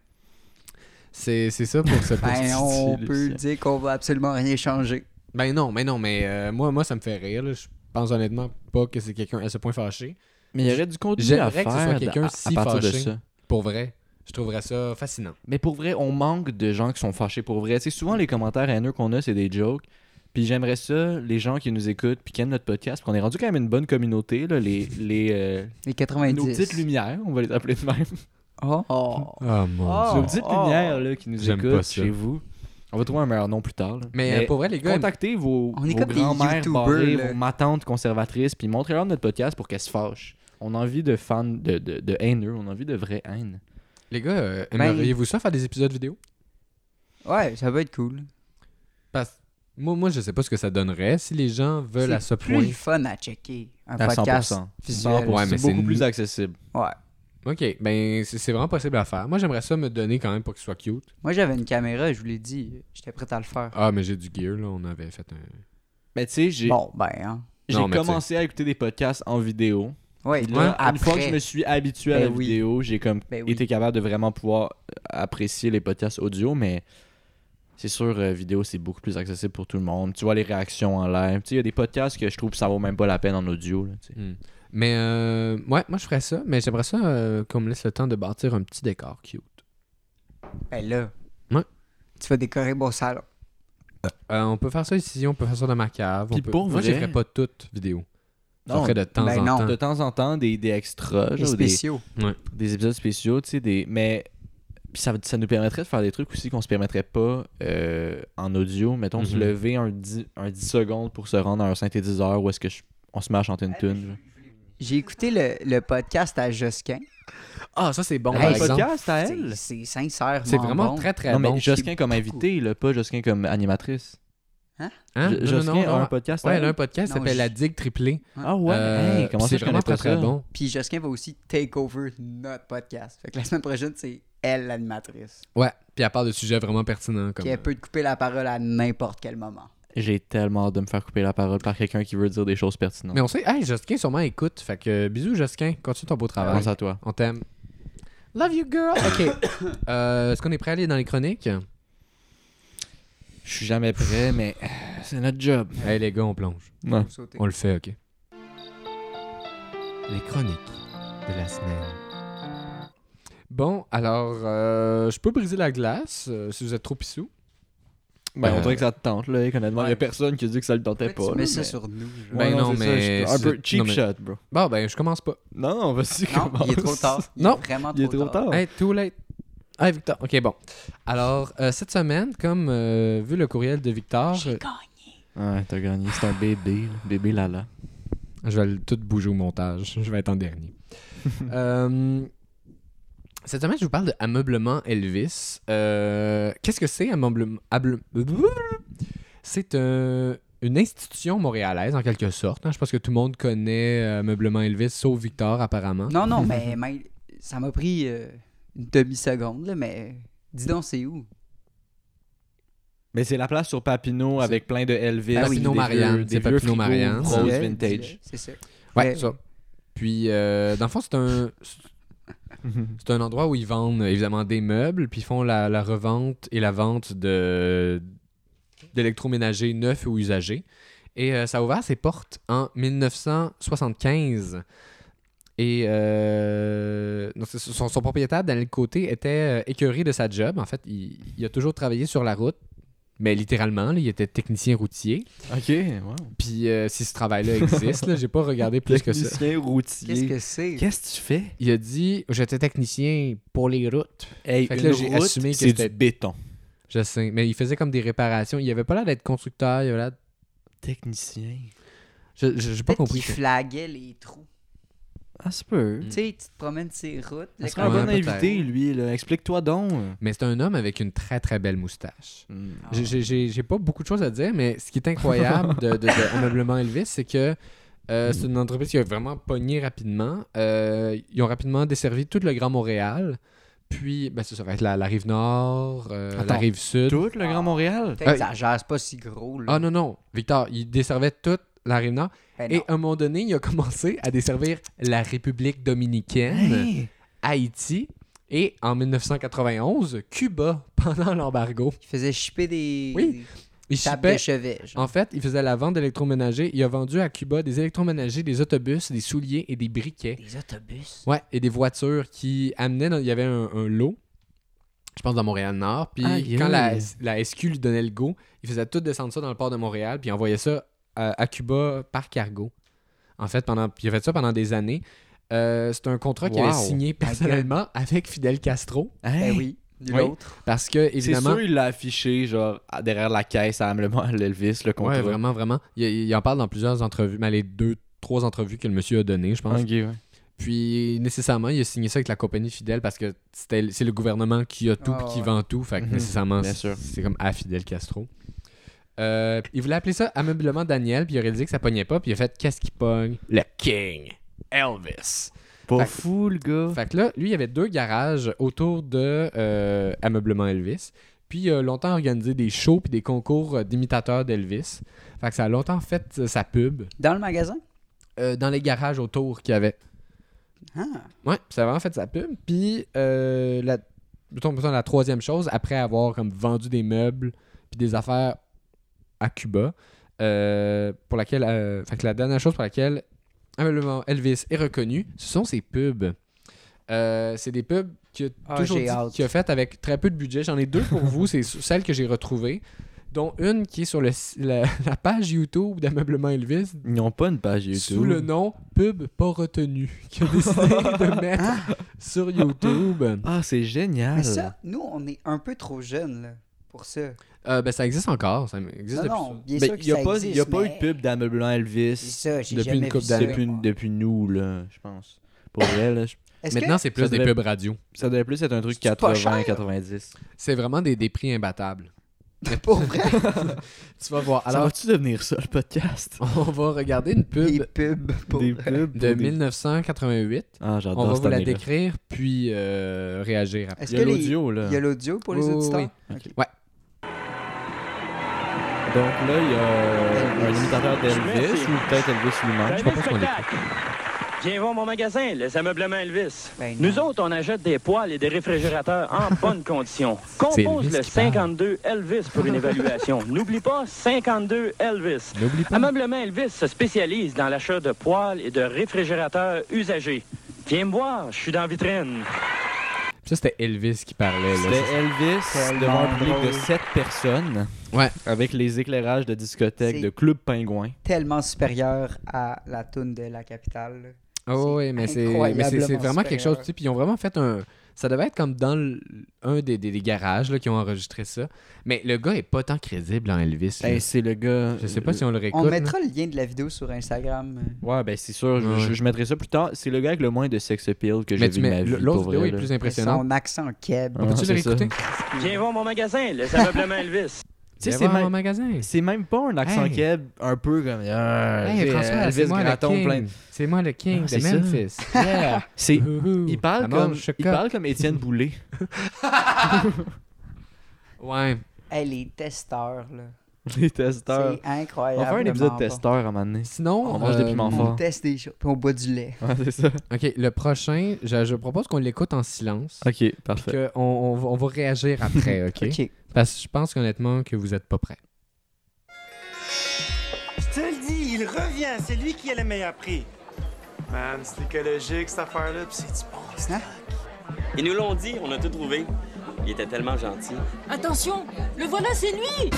S2: C'est, c'est ça
S4: *laughs*
S2: pour ce
S4: Ben,
S2: petit...
S4: on
S3: Didier
S4: peut
S3: Lucien.
S4: dire qu'on va absolument rien changer.
S2: Ben non, mais non, mais euh, moi, moi, ça me fait rire. là. Je pense honnêtement pas que c'est quelqu'un à ce point fâché.
S3: Mais il y aurait du contenu
S2: J'aimerais
S3: à
S2: que ce
S3: faire
S2: soit quelqu'un
S3: à, à
S2: si
S3: partir de
S2: fâché.
S3: ça.
S2: Pour vrai, je trouverais ça fascinant.
S3: Mais pour vrai, on manque de gens qui sont fâchés pour vrai. Tu sais, souvent les commentaires haineux qu'on a, c'est des jokes. Puis j'aimerais ça, les gens qui nous écoutent puis qui aiment notre podcast, parce qu'on est rendu quand même une bonne communauté, là, les, les,
S4: *laughs*
S3: euh,
S4: Les
S3: nos petites
S4: 90.
S3: lumières, Ah. on va les appeler de même.
S4: Oh.
S2: Oh mon
S4: Oh.
S3: nos
S4: Dieu.
S3: petites lumières là, qui nous
S2: J'aime pas
S3: écoutent
S2: ça.
S3: chez vous. On va trouver un meilleur nom plus tard. là.
S2: Mais, euh, pour vrai, les gars,
S3: contactez vos,
S4: On est
S3: vos
S4: comme des
S3: grands-mères
S4: YouTubers,
S3: barrées,
S4: là.
S3: vos matantes conservatrices, puis montrez-leur notre podcast pour qu'elles se fâchent. On a envie de fans, de, de, de haineux, on a envie de vraie haine.
S2: les gars, euh,
S4: Ben-
S2: aimeriez-vous ça faire des épisodes vidéo?
S4: Ouais, ça va être cool.
S2: Parce moi, moi, je sais pas ce que ça donnerait si les gens veulent à ce
S4: C'est plus
S2: point.
S4: fun à checker. Un
S3: À
S4: podcast
S3: 100%.
S4: visuel.
S2: Ouais, mais
S3: c'est
S2: c'est
S3: beaucoup
S2: nous.
S3: plus accessible.
S4: Ouais.
S2: Ok, ben c'est, c'est vraiment possible à faire. Moi, j'aimerais ça me donner quand même pour qu'il soit cute.
S4: Moi, j'avais une caméra, je vous l'ai dit. J'étais prêt à le faire.
S2: Ah, mais j'ai du gear, là. On avait fait un.
S3: Mais tu sais, j'ai
S4: Bon, ben, hein.
S3: J'ai
S2: Non, mais
S3: commencé à écouter des podcasts en vidéo.
S4: Ouais,
S3: Puis
S4: là,
S3: là,
S4: après.
S3: Une fois que je me suis habitué à
S4: Ben
S3: la
S4: oui.
S3: vidéo, j'ai comme
S4: Ben oui.
S3: euh, été capable de vraiment pouvoir apprécier les podcasts audio, mais C'est sûr, euh, vidéo, c'est beaucoup plus accessible pour tout le monde. Tu vois les réactions en live. Tu sais, il y a des podcasts que je trouve que ça vaut même pas la peine en audio. là, tu sais.
S2: Hmm. Mais euh, ouais, moi je ferais ça, mais j'aimerais ça euh, qu'on me laisse le temps de bâtir un petit décor cute.
S4: Ben là,
S2: Ouais.
S4: tu vas décorer mon salon.
S2: Euh, on peut faire ça ici, on peut faire ça dans ma cave. on
S1: Puis
S2: peut-
S1: pour
S2: moi, je
S1: vrai-
S2: ferais pas toute vidéo. J'en
S3: Non,
S2: ferais de temps
S4: ben
S2: en
S4: non,
S2: temps.
S3: De temps en temps, des, des extras,
S4: Les
S3: genre, des,
S4: spéciaux.
S3: des épisodes spéciaux, tu sais, des... mais puis ça, ça nous permettrait de faire des trucs aussi qu'on se permettrait pas euh, en audio. Mettons, se
S2: Mhm.
S3: lever un 10, un 10 secondes pour se rendre à un synthétiseur où est-ce que je- on se met à chanter une tune. genre.
S4: J'ai écouté le, le podcast à Josquin.
S2: Ah, ça c'est bon.
S4: Hey,
S2: par
S3: Un
S4: exemple.
S3: podcast à
S4: C'est-
S3: elle?
S4: C'est sincèrement
S2: C'est vraiment
S4: bon.
S2: très très
S3: Non, mais
S2: bon.
S3: Josquin comme invité, là, pas Josquin comme animatrice.
S2: Hein?
S3: Jo-
S2: Non, non,
S3: Josquin
S2: non,
S3: a
S2: non.
S3: un podcast à
S2: Ouais,
S3: elle?
S2: elle a un podcast qui
S4: Non,
S2: s'appelle
S4: je-
S2: La Digue Triplée.
S3: Ah ouais?
S2: Euh,
S3: Hey, comment
S2: puis
S3: ça,
S2: c'est
S3: je
S2: vraiment
S3: connais
S2: très
S3: pas
S2: très
S3: ça?
S2: bon.
S4: Puis Josquin va aussi take over notre podcast. Fait que la semaine prochaine, c'est elle l'animatrice.
S2: Ouais, puis elle parle de sujets vraiment pertinents. Comme... euh,
S4: Puis elle peut te couper la parole à n'importe quel moment.
S3: J'ai tellement hâte de me faire couper la parole par quelqu'un qui veut dire des choses pertinentes.
S2: Mais on sait, hey, Josquin sûrement écoute. Fait que euh, bisous Josquin, continue ton beau travail.
S3: Pense à toi.
S2: On t'aime. Love you girl. *coughs* OK. Euh, Est-ce qu'on est prêt à aller dans les chroniques?
S3: Je suis jamais prêt, mais euh, c'est notre job.
S2: Hey les gars, on plonge.
S3: Ouais.
S4: Faut sauter.
S2: On le fait, OK. Les chroniques de la semaine. Bon, alors, euh, je peux briser la glace euh, si vous êtes trop pissou.
S3: Ben,
S2: Euh,
S3: on dirait que ça te tente, là. Honnêtement, il y
S4: Ouais.
S3: a personne qui a dit que ça le tentait pas.
S4: Pourquoi tu
S3: là,
S4: mets ça
S3: mais-
S4: sur nous. genre?
S3: *laughs*
S2: Ben
S3: Ouais,
S2: non,
S3: c'est
S2: mais
S3: ça, je- Un
S2: c'est-
S3: peu cheap
S2: non, mais-
S3: shot, bro.
S2: Bon, ben, je commence pas.
S3: Non, non, vas-y,
S4: Non, il est trop tard. Il
S2: Non,
S4: est vraiment
S3: Il est trop tard.
S2: Hey, too late. Hey, Victor. OK, bon. Alors, euh, cette semaine, comme euh, vu le courriel de Victor, je,
S3: Ouais, t'as gagné. C'est un bébé, là. Bébé Lala.
S2: je vais le tout bouger au montage. *laughs* Je vais être en
S4: *laughs*
S2: dernier. Euh, cette semaine, je vous parle de ameublement Elvis. Euh, Qu'est-ce que c'est, ameublement... able- C'est un- Une institution montréalaise, en quelque sorte. hein. Je pense que tout le monde connaît euh, Ameublement Elvis, sauf Victor, apparemment.
S4: Non, non,
S3: *laughs*
S4: mais, mais ça m'a pris euh, une demi-seconde, là, mais dis donc, c'est où?
S3: Mais c'est la place sur Papineau avec plein de Elvis.
S4: Ah oui.
S3: puis
S2: Papineau
S3: des
S2: Marianne,
S3: vieux-
S2: c'est
S3: des vieux
S2: Papineau
S3: frigos
S2: Marianne.
S3: Rose
S4: Dis-le,
S3: vintage.
S4: dis-le, C'est ça.
S2: Ouais,
S4: Mais-
S2: ça. Puis, euh, dans le fond, c'est un. C'est un endroit où ils vendent euh, évidemment des meubles, puis ils font la, la revente et la vente de d'électroménagers neufs ou usagés. Et euh, ça a ouvert ses portes en 1975. Et euh, non, c'est- son, son propriétaire, Daniel Côté, était euh, écœuré de sa job. En fait, il, il a toujours travaillé sur la route, mais littéralement, là, il était technicien routier.
S3: *laughs* Ok, wow.
S2: Puis euh, si ce travail-là existe, là, j'ai pas regardé plus que ça.
S3: *laughs* Technicien
S4: Qu'est-ce
S3: routier.
S4: que c'est?
S3: Qu'est-ce que tu fais?
S2: Il a dit J'étais technicien pour les routes.
S3: Hey,
S2: Fait que là, j'ai assumé que
S3: c'est
S2: c'était-
S3: du béton.
S2: Je sais, mais il faisait comme des réparations. Il avait pas l'air d'être constructeur. Il avait l'air.
S3: Technicien.
S2: Je- je- J'ai pas
S4: Peut-être
S2: compris.
S4: qu'il flaguait les trous.
S3: Ah, c'est
S2: Mm.
S3: peu.
S4: Tu sais, tu te promènes ces routes. là,
S3: C'est un
S2: Ouais,
S3: bon
S2: peut-être.
S3: invité, lui. là. Explique-toi donc.
S2: Mais c'est un homme avec une très très belle moustache.
S4: Ah.
S2: J'ai- J'ai j'ai- j'ai pas beaucoup de choses à dire, mais ce qui est incroyable de, de,
S4: *laughs*
S2: de Ameublement Elvis, c'est que euh, c'est une entreprise qui a vraiment pogné rapidement. Euh, ils ont rapidement desservi tout le Grand Montréal. Puis, ben, ça, ça va être la, rive nord, euh, la
S3: Attends.
S2: rive sud.
S3: Tout le Grand Montréal?
S4: T'exagères, c'est pas si gros. Là.
S2: Ah non, non, Victor, ils desservaient toute la rive nord.
S4: Ben
S2: Et
S4: non.
S2: à un moment donné, il a commencé à desservir la République dominicaine,
S4: Hein?
S3: Hey.
S2: Haïti et en 1991, Cuba *laughs* pendant l'embargo.
S4: Il faisait chipper des,
S2: Oui,
S4: des
S2: Il
S4: tables
S2: shippait-
S4: de chevet. genre.
S2: En fait, il faisait la vente d'électroménagers. Il a vendu à Cuba des électroménagers, des autobus, des souliers et des briquets.
S4: Des autobus.
S2: Ouais, et des voitures qui amenaient. dans- il y avait un, un lot, je pense, dans Montréal-Nord. Puis
S3: Aïe,
S2: quand la,
S3: aïe.
S2: la SQ lui donnait le go, il faisait tout descendre ça dans le port de Montréal, puis il envoyait ça euh, à, à Cuba par cargo. En fait, pendant, il a fait ça pendant des années. Euh, c'est un contrat qu'il avait
S3: Wow.
S2: signé personnellement avec Fidel Castro
S4: Ben
S3: Hey.
S4: oui. de
S2: Oui.
S4: L'autre.
S2: parce que
S3: C'est
S2: évidemment
S3: sûr, il l'a affiché, genre, à- derrière la caisse, à Ameublement l'Elvis, le contrat.
S2: ouais vraiment vraiment il, il en parle dans plusieurs entrevues mais les deux trois entrevues que le monsieur a données je pense
S3: Ok, ouais.
S2: Puis nécessairement, il a signé ça avec la compagnie Fidèle parce que c'était c'est le gouvernement qui a tout
S4: Ah,
S2: puis qui
S4: ouais.
S2: vend tout. Fait que
S3: Mhm.
S2: nécessairement,
S3: Bien
S2: c'est-
S3: sûr.
S2: c'est comme à Fidel Castro. Euh, il voulait appeler ça ameublement Daniel, puis il a réalisé que ça pognait pas, puis il a fait qu'est-ce qui pogne Le King Elvis.
S3: Pas
S2: Fait que-
S3: fou, le gars.
S2: Fait que là, lui, il y avait deux garages autour de euh, ameublement Elvis. Puis il a longtemps organisé des shows puis des concours euh, d'imitateurs d'Elvis. Fait que ça a longtemps fait euh, sa pub
S4: Dans le magasin?
S2: euh, dans les garages autour qu'il y avait.
S4: Ah.
S2: Ouais, puis ça a vraiment fait sa pub. Puis, euh, la, mettons, mettons la troisième chose, après avoir comme vendu des meubles, puis des affaires à Cuba. euh, pour laquelle, euh, fait que la dernière chose pour laquelle Amablement Elvis est reconnu, ce sont ses pubs. Euh, c'est des pubs qu'il a
S4: Ah,
S2: toujours
S4: j'ai
S2: dit
S4: hâte.
S2: qu'il a faites avec très peu de budget. J'en ai deux pour vous,
S4: *laughs*
S2: c'est celles que j'ai retrouvées, dont une qui est sur le, si- la, la page YouTube d'Ameublement Elvis
S3: Ils n'ont pas une page YouTube.
S2: sous le nom Pub pas retenu qui
S3: *laughs*
S2: a décidé de mettre sur YouTube.
S3: Ah, c'est génial.
S4: Mais ça, nous, on est un peu trop jeunes là, pour ça.
S2: Euh, ben, ça existe encore, ça existe
S4: Non,
S2: depuis
S4: non, bien
S3: Ben,
S4: sûr que
S3: il n'y a,
S4: ça
S3: pas,
S4: existe,
S3: il y a pas
S4: mais-
S3: eu de pub d'Ameublant
S4: C'est
S3: Elvis
S4: ça, j'ai
S2: depuis
S4: jamais
S2: une couple
S4: vu ça.
S2: d'années.
S3: depuis, depuis nous, là, je pense. Pour vrai, là, je-
S4: Est-ce
S2: Maintenant, c'est plus
S3: Ça
S2: des
S3: devait-
S2: pubs radio.
S3: ça devait plus être un truc
S4: C'est pas cher.
S3: 80-90.
S2: C'est vraiment des, des prix imbattables.
S4: que pour vrai,
S2: *laughs* Tu vas voir.
S3: Alors,
S2: Alors,
S3: va-tu devenir ça, le podcast?
S2: *laughs* on va regarder une pub
S4: des pubs pour...
S3: Des pubs
S2: de
S3: pour des-
S2: 1988.
S3: Ah,
S2: On va
S3: j'adore
S2: vous
S3: cette
S2: la
S3: année-là.
S2: décrire, puis euh, réagir après.
S4: Est-ce
S3: Il y
S4: que
S3: a
S4: les-
S3: l'audio, là.
S4: Il y a l'audio pour les
S2: Oui, oui,
S4: auditeurs?
S2: Oh, oui.
S4: Ok.
S3: Donc là, il y a un
S4: Elvis.
S3: imitateur d'Elvis,
S5: Merci.
S3: ou peut-être Elvis lui-même.
S2: Je
S5: Salut,
S2: sais Hein, pas qu'on
S5: spectacle. Viens voir mon magasin, les ameublements Elvis.
S4: Ben non.
S5: Nous autres, on achète des poêles et des réfrigérateurs
S6: *laughs*
S5: en bonne condition.
S2: C'est hein? Elvis
S5: Compose le
S2: qui parle.
S5: 52 Elvis pour une
S2: *laughs*
S5: évaluation. N'oublie pas 52 Elvis.
S2: N'oublie pas.
S5: Ameublement Elvis se spécialise dans l'achat de poêles et de réfrigérateurs usagés. Viens me voir, je suis dans la vitrine.
S2: Ça, c'était Elvis qui parlait. là.
S3: C'était Elvis
S4: Tellement
S3: devant un public de
S4: drôle.
S3: 7 personnes.
S2: Ouais.
S3: Avec les éclairages de discothèque
S4: C'est-
S3: de Club Pingouin.
S4: Tellement supérieur à la toune de la capitale. là.
S2: Oh, oui, mais c'est mais c'est- c'est
S4: incroyablement
S2: vraiment quelque chose.
S4: supérieur.
S2: tu sais, Puis ils ont vraiment fait un. Ça devait être comme dans l- un des, des- des garages là, qui ont enregistré ça. Mais le gars est pas tant crédible en Elvis. là.
S3: Hey, c'est le gars.
S2: Je sais pas si on le réécoute.
S4: On
S2: là.
S4: mettra le lien de la vidéo sur Instagram. euh,
S3: Ouais, ben c'est sûr, je,
S2: Ouais.
S3: je- je mettrai ça plus tard. C'est le gars avec le moins de sex appeal que j'ai
S2: Mais tu
S3: vu de
S2: mets-
S3: ma vie.
S2: L'autre
S3: pour vrai,
S2: vidéo est
S3: là.
S2: plus
S4: Mais
S2: impressionnante.
S4: Son accent keb.
S3: Ah,
S2: Peux-tu le
S3: c'est ça.
S2: réécouter?
S5: Viens voir mon magasin, les
S6: *laughs*
S5: ameublements Elvis.
S3: Tu sais,
S2: Viens
S3: c'est
S2: voir mon
S3: même,
S2: magasin.
S3: c'est même pas un accent
S2: Hey.
S3: keb un peu comme. Ah,
S2: Hey,
S3: c'est
S2: François,
S3: Elvis
S2: c'est moi, le
S3: Gratton,
S2: king.
S3: plein de-
S2: C'est moi le king
S3: Ah,
S2: de
S3: c'est ça.
S2: Memphis. Ah, Yeah.
S3: C'est,
S2: Ouhou.
S3: il, parle
S2: La manche
S3: comme, il
S2: chocotte.
S3: parle comme Étienne Boulay. *laughs*
S2: Ouais.
S4: Hey, les testeurs, là.
S3: Les testeurs.
S4: C'est incroyable.
S3: On va faire un épisode testeur à un moment donné.
S2: Sinon, euh,
S3: On mange des piments
S4: On
S3: forts.
S4: teste des choses, puis on boit du lait.
S3: Ouais, c'est ça.
S2: OK, le prochain, je, je propose qu'on l'écoute en silence.
S3: Ok, parfait.
S2: Que on, on va- on va réagir
S3: *laughs*
S2: après, OK?
S4: Ok.
S2: Parce que je pense honnêtement que vous êtes pas prêts.
S7: Je te le dis, il revient, c'est lui qui a le meilleur prix. Man, c'est écologique cette affaire-là, pis c'est du bon.
S8: Ils nous l'ont dit, on a tout trouvé. Il était tellement gentil.
S9: Attention, le voilà, c'est lui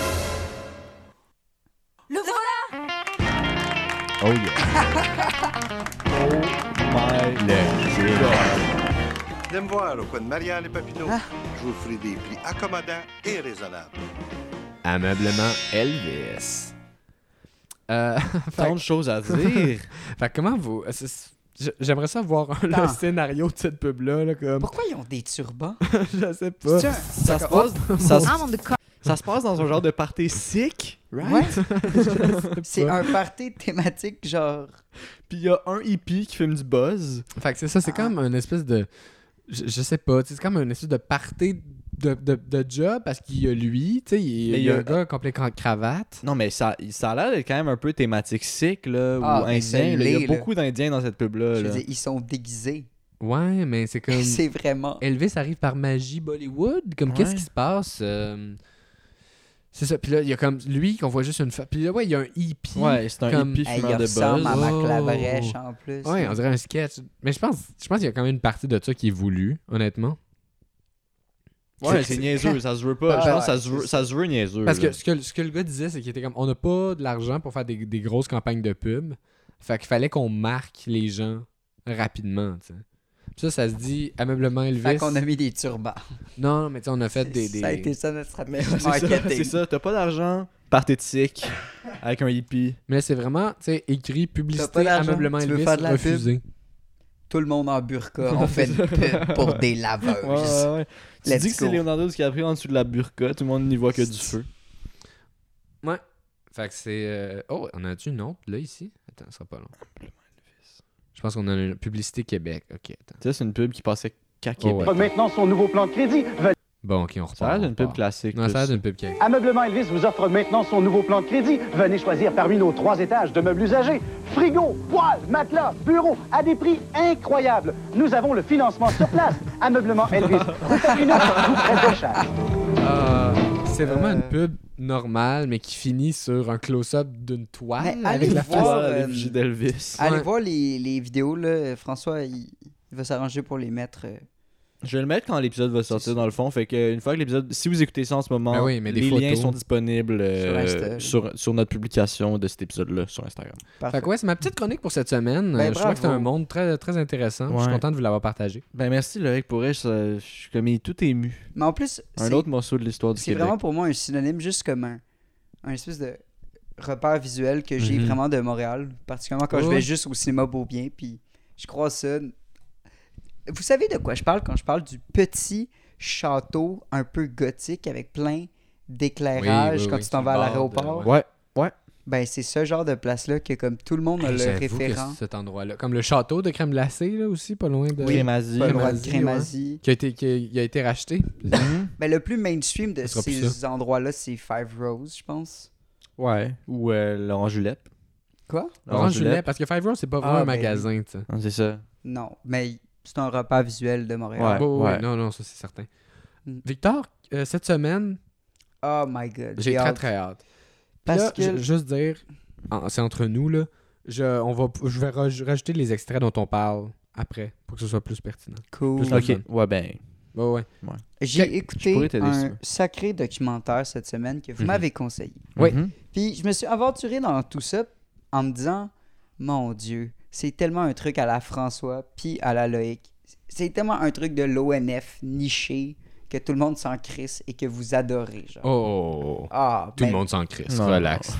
S9: Le voilà
S3: Oh yeah. oh my god.
S10: Venez me voir au coin de Marianne et Papineau. Je vous ferai des prix accommodants et raisonnables.
S2: Amablement Elvis. Euh, *laughs*
S3: Tant de choses à dire.
S2: fait que comment vous... c'est- c'est- J'aimerais ça voir le
S4: Attends.
S2: scénario de cette pub-là, là, comme...
S4: Pourquoi ils ont des turbans?
S2: Je sais pas.
S4: Tiens,
S3: ça se passe.
S4: Oh.
S3: Ça, se-
S9: I'm on the car.
S3: ça se passe dans un genre de party sick, right?
S4: ouais. *laughs* c'est un party thématique, genre.
S2: Oh,
S3: Puis il y a un hippie qui filme du buzz.
S2: Fait que c'est ça, c'est comme une espèce de. Je, je sais pas, tu sais, c'est comme une espèce de party de, de, de job parce qu'il y a lui, tu sais, il y a,
S3: Mais
S2: il
S3: il y
S2: y a
S3: a-
S2: un gars complet cra- cravate.
S3: Non, mais ça, ça a l'air d'être quand même un peu thématique sick, là,
S4: Ah,
S3: ou
S4: mais c'est
S3: indien. là. Il y
S4: laid,
S3: a
S4: là.
S3: beaucoup d'Indiens dans cette pub-là.
S4: Je
S3: là.
S4: veux dire, ils sont déguisés.
S2: Ouais, mais c'est comme.
S4: *laughs* C'est vraiment.
S2: Elvis arrive par magie Bollywood. Comme qu'est-ce
S3: Ouais.
S2: qui se passe? euh, C'est ça. Puis là, il y a comme lui qu'on voit juste une fois. Puis là, ouais, il y a un hippie.
S3: Ouais, c'est un
S2: Comme-
S3: hippie
S4: Hey,
S3: fumeur
S4: ils
S3: de
S4: ressemblent à
S3: buzz.
S2: Oh.
S4: Mac Labrèche en plus.
S2: Ouais, on
S4: là.
S2: dirait un sketch. Mais je pense, je pense qu'il y a quand même une partie de ça qui est voulue, honnêtement.
S3: Ouais, c'est niaiseux, ça se veut pas.
S4: Ah,
S3: je pense que
S4: ouais,
S3: ça se veut, ça se veut niaiseux.
S2: Parce
S3: là.
S2: que ce, que ce que le gars disait, c'est qu'il était comme on n'a pas de l'argent pour faire des, des grosses campagnes de pub. Fait qu'il fallait qu'on marque les gens rapidement. tu sais. Puis ça, ça se dit ameublement Elvis.
S4: Fait qu'on a mis des turbans.
S2: Non, non, mais tu sais, on a fait des. des-
S4: Ça a été ça notre
S3: Mais
S4: stratégie.
S3: *laughs* c'est ça,
S4: marketing.
S3: c'est ça, t'as pas d'argent, party de sick avec un
S4: *laughs*
S3: hippie.
S2: Mais là, c'est vraiment tu sais, écrit
S4: pas
S2: publicité
S4: d'argent,
S2: ameublement
S4: tu veux
S2: Elvis
S4: faire de la pub?
S2: refusé.
S4: Tout le monde en burqa. On fait une pub pour des laveuses.
S3: Ouais, ouais, ouais. Tu
S4: Euh, Let's
S3: dis que c'est
S4: go.
S3: Leonardo DiCaprio en dessous de la burqa, tout le monde n'y voit que du feu.
S2: Fait que c'est. euh, Oh, on a-tu une autre là ici Attends, ce sera pas long. Je pense qu'on a une publicité Québec. Ok, attends.
S3: Tu sais, c'est une pub qui passait qu'à
S2: Oh, ouais.
S3: Québec.
S5: maintenant son nouveau plan de crédit.
S2: Bon, ok, on repart.
S3: Ça a l'air
S2: on
S3: d'une pub
S2: repart.
S3: classique.
S2: Non, ça a l'air
S3: plus.
S2: d'une pub Québec.
S5: Ameublement Elvis vous offre maintenant son nouveau plan de crédit. Venez choisir parmi nos trois étages de meubles usagés. Frigo, poêle, matelas, bureau, à des prix incroyables. Nous avons le financement sur place.
S4: Ah,
S5: Ameublement Elvis, vous faites une offre, vous faites vos charges.
S4: euh,
S2: C'est vraiment une pub normal, mais qui finit sur un close-up d'une toile
S4: Mais
S2: avec
S4: Ben, allez
S2: la
S4: voir,
S2: face.
S4: euh,
S3: J'ai d'Elvis.
S4: Allez
S2: Ouais.
S4: voir les, les vidéos, là. François, il, il va s'arranger pour les mettre. euh.
S3: Je vais le mettre quand l'épisode va sortir, dans le fond. Fait que, une fois que l'épisode. Si vous écoutez ça en ce moment,
S2: Ben oui, mais des
S3: les liens
S2: photos.
S3: sont disponibles euh,
S4: Sur Insta.
S3: sur, sur notre publication de cet épisode-là sur Instagram.
S4: Parfait.
S2: Fait que ouais, c'est ma petite chronique pour cette semaine.
S4: Ben,
S2: Euh, je trouve que c'est
S4: bravo.
S2: un monde très, très intéressant. Je suis
S3: Ouais.
S2: content de vous l'avoir partagé.
S3: Ben merci, Loïc. Pour elle, ça- je suis comme il est tout ému.
S4: Mais en plus,
S3: Un
S4: c'est-
S3: autre morceau de l'histoire du
S4: c'est
S3: Québec.
S4: vraiment pour moi un synonyme, juste comme un, un espèce de repère visuel que j'ai
S2: Mhm.
S4: vraiment de Montréal. Particulièrement quand je
S2: Ouais.
S4: vais juste au cinéma Beaubien, puis je croise ça. Vous savez de quoi je parle quand je parle du petit château un peu gothique avec plein d'éclairage
S2: Oui, oui,
S4: quand
S2: oui,
S4: tu t'en
S2: sur
S4: vas à
S2: le bord de-
S4: l'aéroport.
S2: ouais.
S3: Ouais.
S4: Ben, c'est ce genre de place-là que comme tout le monde a
S2: Hey,
S4: le
S2: j'avoue que
S4: référent.
S2: cet endroit-là. Comme le château de crème glacée, là aussi, pas loin de.
S3: Oui, Crémazie.
S4: Pas le droit de
S2: Crémazie,
S4: crémazie.
S2: Qui a été, qui a- il a été racheté.
S3: Mhm. *laughs*
S4: Ben, le plus mainstream de
S2: Ce sera plus
S4: ces endroits-là, c'est Five Rose, je pense.
S3: Ouais. Ou euh, Laurent Julep.
S4: Quoi?
S2: Orange Juliet, parce que Five Rose, c'est pas vraiment
S4: Ah,
S2: un
S4: ben
S2: magasin, tu sais.
S3: Ah, C'est ça.
S4: Non, mais c'est un repas visuel de
S2: Ah,
S4: Montréal.
S3: Ouais,
S2: bah oui,
S3: ouais.
S2: Non, non, ça c'est certain.
S4: Mm.
S2: Victor, euh, cette semaine,
S4: Oh my god.
S2: j'ai très
S4: hâte.
S2: très hâte.
S4: Parce
S2: Là,
S4: que-
S2: ju- juste dire, en- c'est entre nous là. Je, on va, je vais raj- rajouter les extraits dont on parle après pour que ce soit plus pertinent.
S4: cool.
S2: Plus la-
S3: Ok. Ouais, ben.
S2: Ouais, ouais.
S4: J'ai
S3: Je pourrais
S4: écouté
S3: t'aider, si tu veux.
S4: un sacré documentaire cette semaine que vous
S2: Mhm.
S4: m'avez conseillé.
S2: Oui.
S3: Mhm.
S4: Puis je me suis aventuré dans tout ça en me disant Mon Dieu, c'est tellement un truc à la François puis à la Loïc. C'est tellement un truc de l'ONF niché que tout le monde s'en crisse et que vous adorez. Genre.
S2: Oh,
S4: Ah,
S2: tout
S4: ben,
S2: le monde s'en crisse.
S3: Non,
S2: *laughs* Relax.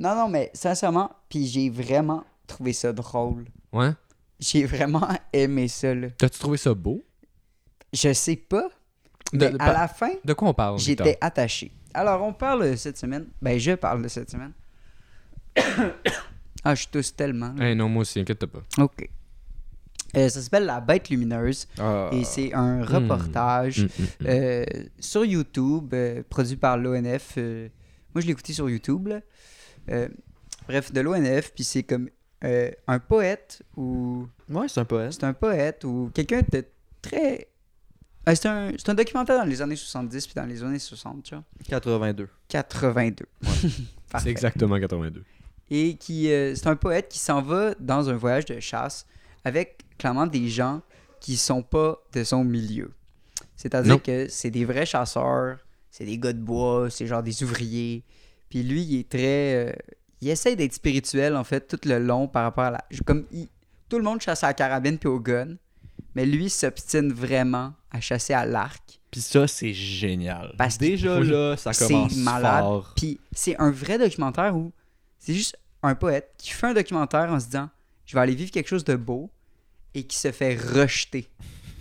S4: Non, non, mais sincèrement, puis j'ai vraiment trouvé ça drôle.
S2: Ouais.
S4: J'ai vraiment *laughs* aimé ça. là.
S2: T'as-tu trouvé ça beau?
S4: Je sais pas,
S2: De,
S4: mais
S2: de-
S4: à la fin,
S2: de quoi on parle? Victor?
S4: j'étais attaché. Alors, on parle cette semaine. Ben, je parle de cette semaine. *coughs* ah, je tousse tellement. là.
S2: Eh non, moi aussi, inquiète pas.
S4: OK. Euh, ça s'appelle La Bête Lumineuse et c'est un reportage
S2: Mm, mm, mm.
S4: euh, sur YouTube euh, produit par l'ONF. euh, moi, je l'ai écouté sur YouTube. là. Euh, bref, de l'ONF, puis c'est comme euh, un poète ou
S3: Ouais, c'est un poète.
S4: c'est un poète ou quelqu'un de très. Ah, c'est un, c'est un documentaire dans les années 70 puis dans les années 60, tu vois.
S3: 82.
S4: 82.
S2: C'est
S4: *laughs* Parfait.
S2: exactement 82.
S4: Et qui, euh, c'est un poète qui s'en va dans un voyage de chasse avec clairement des gens qui sont pas de son milieu.
S2: Non.
S4: C'est-à-dire que c'est des vrais chasseurs, c'est des gars de bois, c'est genre des ouvriers. Puis lui, il est très. euh, il essaie d'être spirituel, en fait, tout le long par rapport à la. Comme il- tout le monde chasse à la carabine puis au gun, mais lui s'obstine vraiment à chasser à l'arc.
S3: Pis ça, c'est génial.
S4: Parce que-
S3: Déjà
S4: Oui.
S3: là, ça commence
S4: C'est malade.
S3: fort.
S4: Puis c'est un vrai documentaire où c'est juste un poète qui fait un documentaire en se disant je vais aller vivre quelque chose de beau et qui se fait rejeter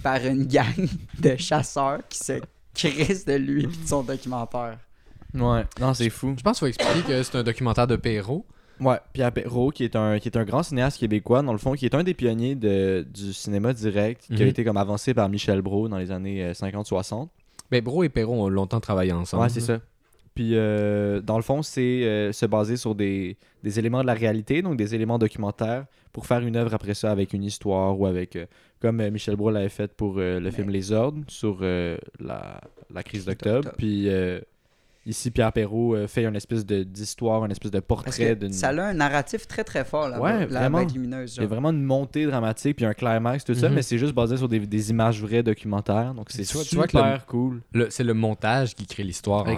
S4: par une gang *laughs* de chasseurs qui se crissent de lui et de son documentaire.
S3: Ouais. Non, c'est fou.
S2: Je pense qu'il faut expliquer que c'est un documentaire de Perrault.
S3: Ouais, Pierre Perrault, qui est, un, qui est un grand cinéaste québécois, dans le fond, qui est un des pionniers de, du cinéma direct, qui a
S2: Mhm.
S3: été comme avancé par Michel Brault dans les années euh, 50-60.
S2: Mais Bro et Ben, Perrault ont longtemps travaillé ensemble.
S3: Ouais, c'est ça. Puis, euh, dans le fond, c'est euh, se baser sur des, des éléments de la réalité, donc des éléments documentaires, pour faire une œuvre après ça avec une histoire ou avec. euh, comme euh, Michel Brault l'avait fait pour euh, le film Les Ordres sur euh, la, la crise d'octobre.
S4: d'octobre.
S3: Puis, euh, ici, Pierre Perrault euh, fait une espèce de- d'histoire, une espèce de
S4: Parce
S3: portrait
S4: que
S3: d'une.
S4: ça a un narratif très très fort là,
S3: Ouais,
S4: la
S3: vraiment.
S4: bête lumineuse.
S3: Il y
S4: genre.
S3: a vraiment une montée dramatique puis un climax, tout ça,
S2: Mhm.
S3: mais c'est juste basé sur des, des images vraies documentaires. Donc c'est
S2: Tu vois-
S3: super
S2: tu vois que
S3: cool.
S2: Le- C'est le montage qui crée l'histoire. en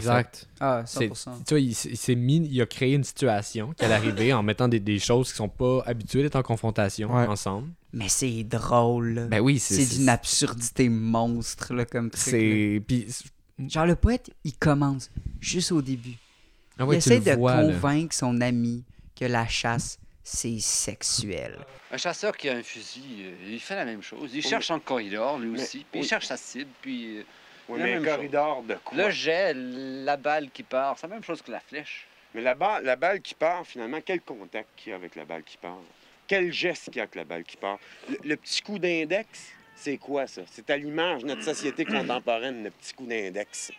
S4: Ah,
S2: C'est-
S4: 100%.
S2: Tu vois, il, s- il s'est mis, il a créé une situation qu'à l'arrivée, en mettant des, des choses qui sont pas habituées d'être en confrontation
S3: Ouais.
S2: ensemble.
S4: Mais c'est drôle. là.
S2: Ben oui,
S4: c'est d'une absurdité monstre là, comme truc. là.
S2: C'est. Puis. c'est-
S4: Genre le poète, il commence juste au début.
S2: Ah ouais,
S4: il
S2: tu le
S4: essaie de
S2: vois, là.
S4: convaincre son ami que la chasse, c'est sexuel.
S6: Un chasseur qui a un fusil, euh, il fait la même chose. Il cherche en corridor, lui
S5: Mais-
S6: aussi. Puis
S5: oui.
S6: il cherche sa cible, puis euh,
S5: Oui,
S6: La
S5: mais un
S6: même
S5: corridor de quoi?
S6: le jet, la balle qui part, c'est la même chose que la flèche.
S5: Mais la, ba- la balle qui part, finalement, quel contact qu'il y a avec la balle qui part? Quel geste qu'il y a avec la balle qui part? Le, le petit coup d'index, c'est quoi ça? C'est à l'image de notre société contemporaine, le petit coup d'index.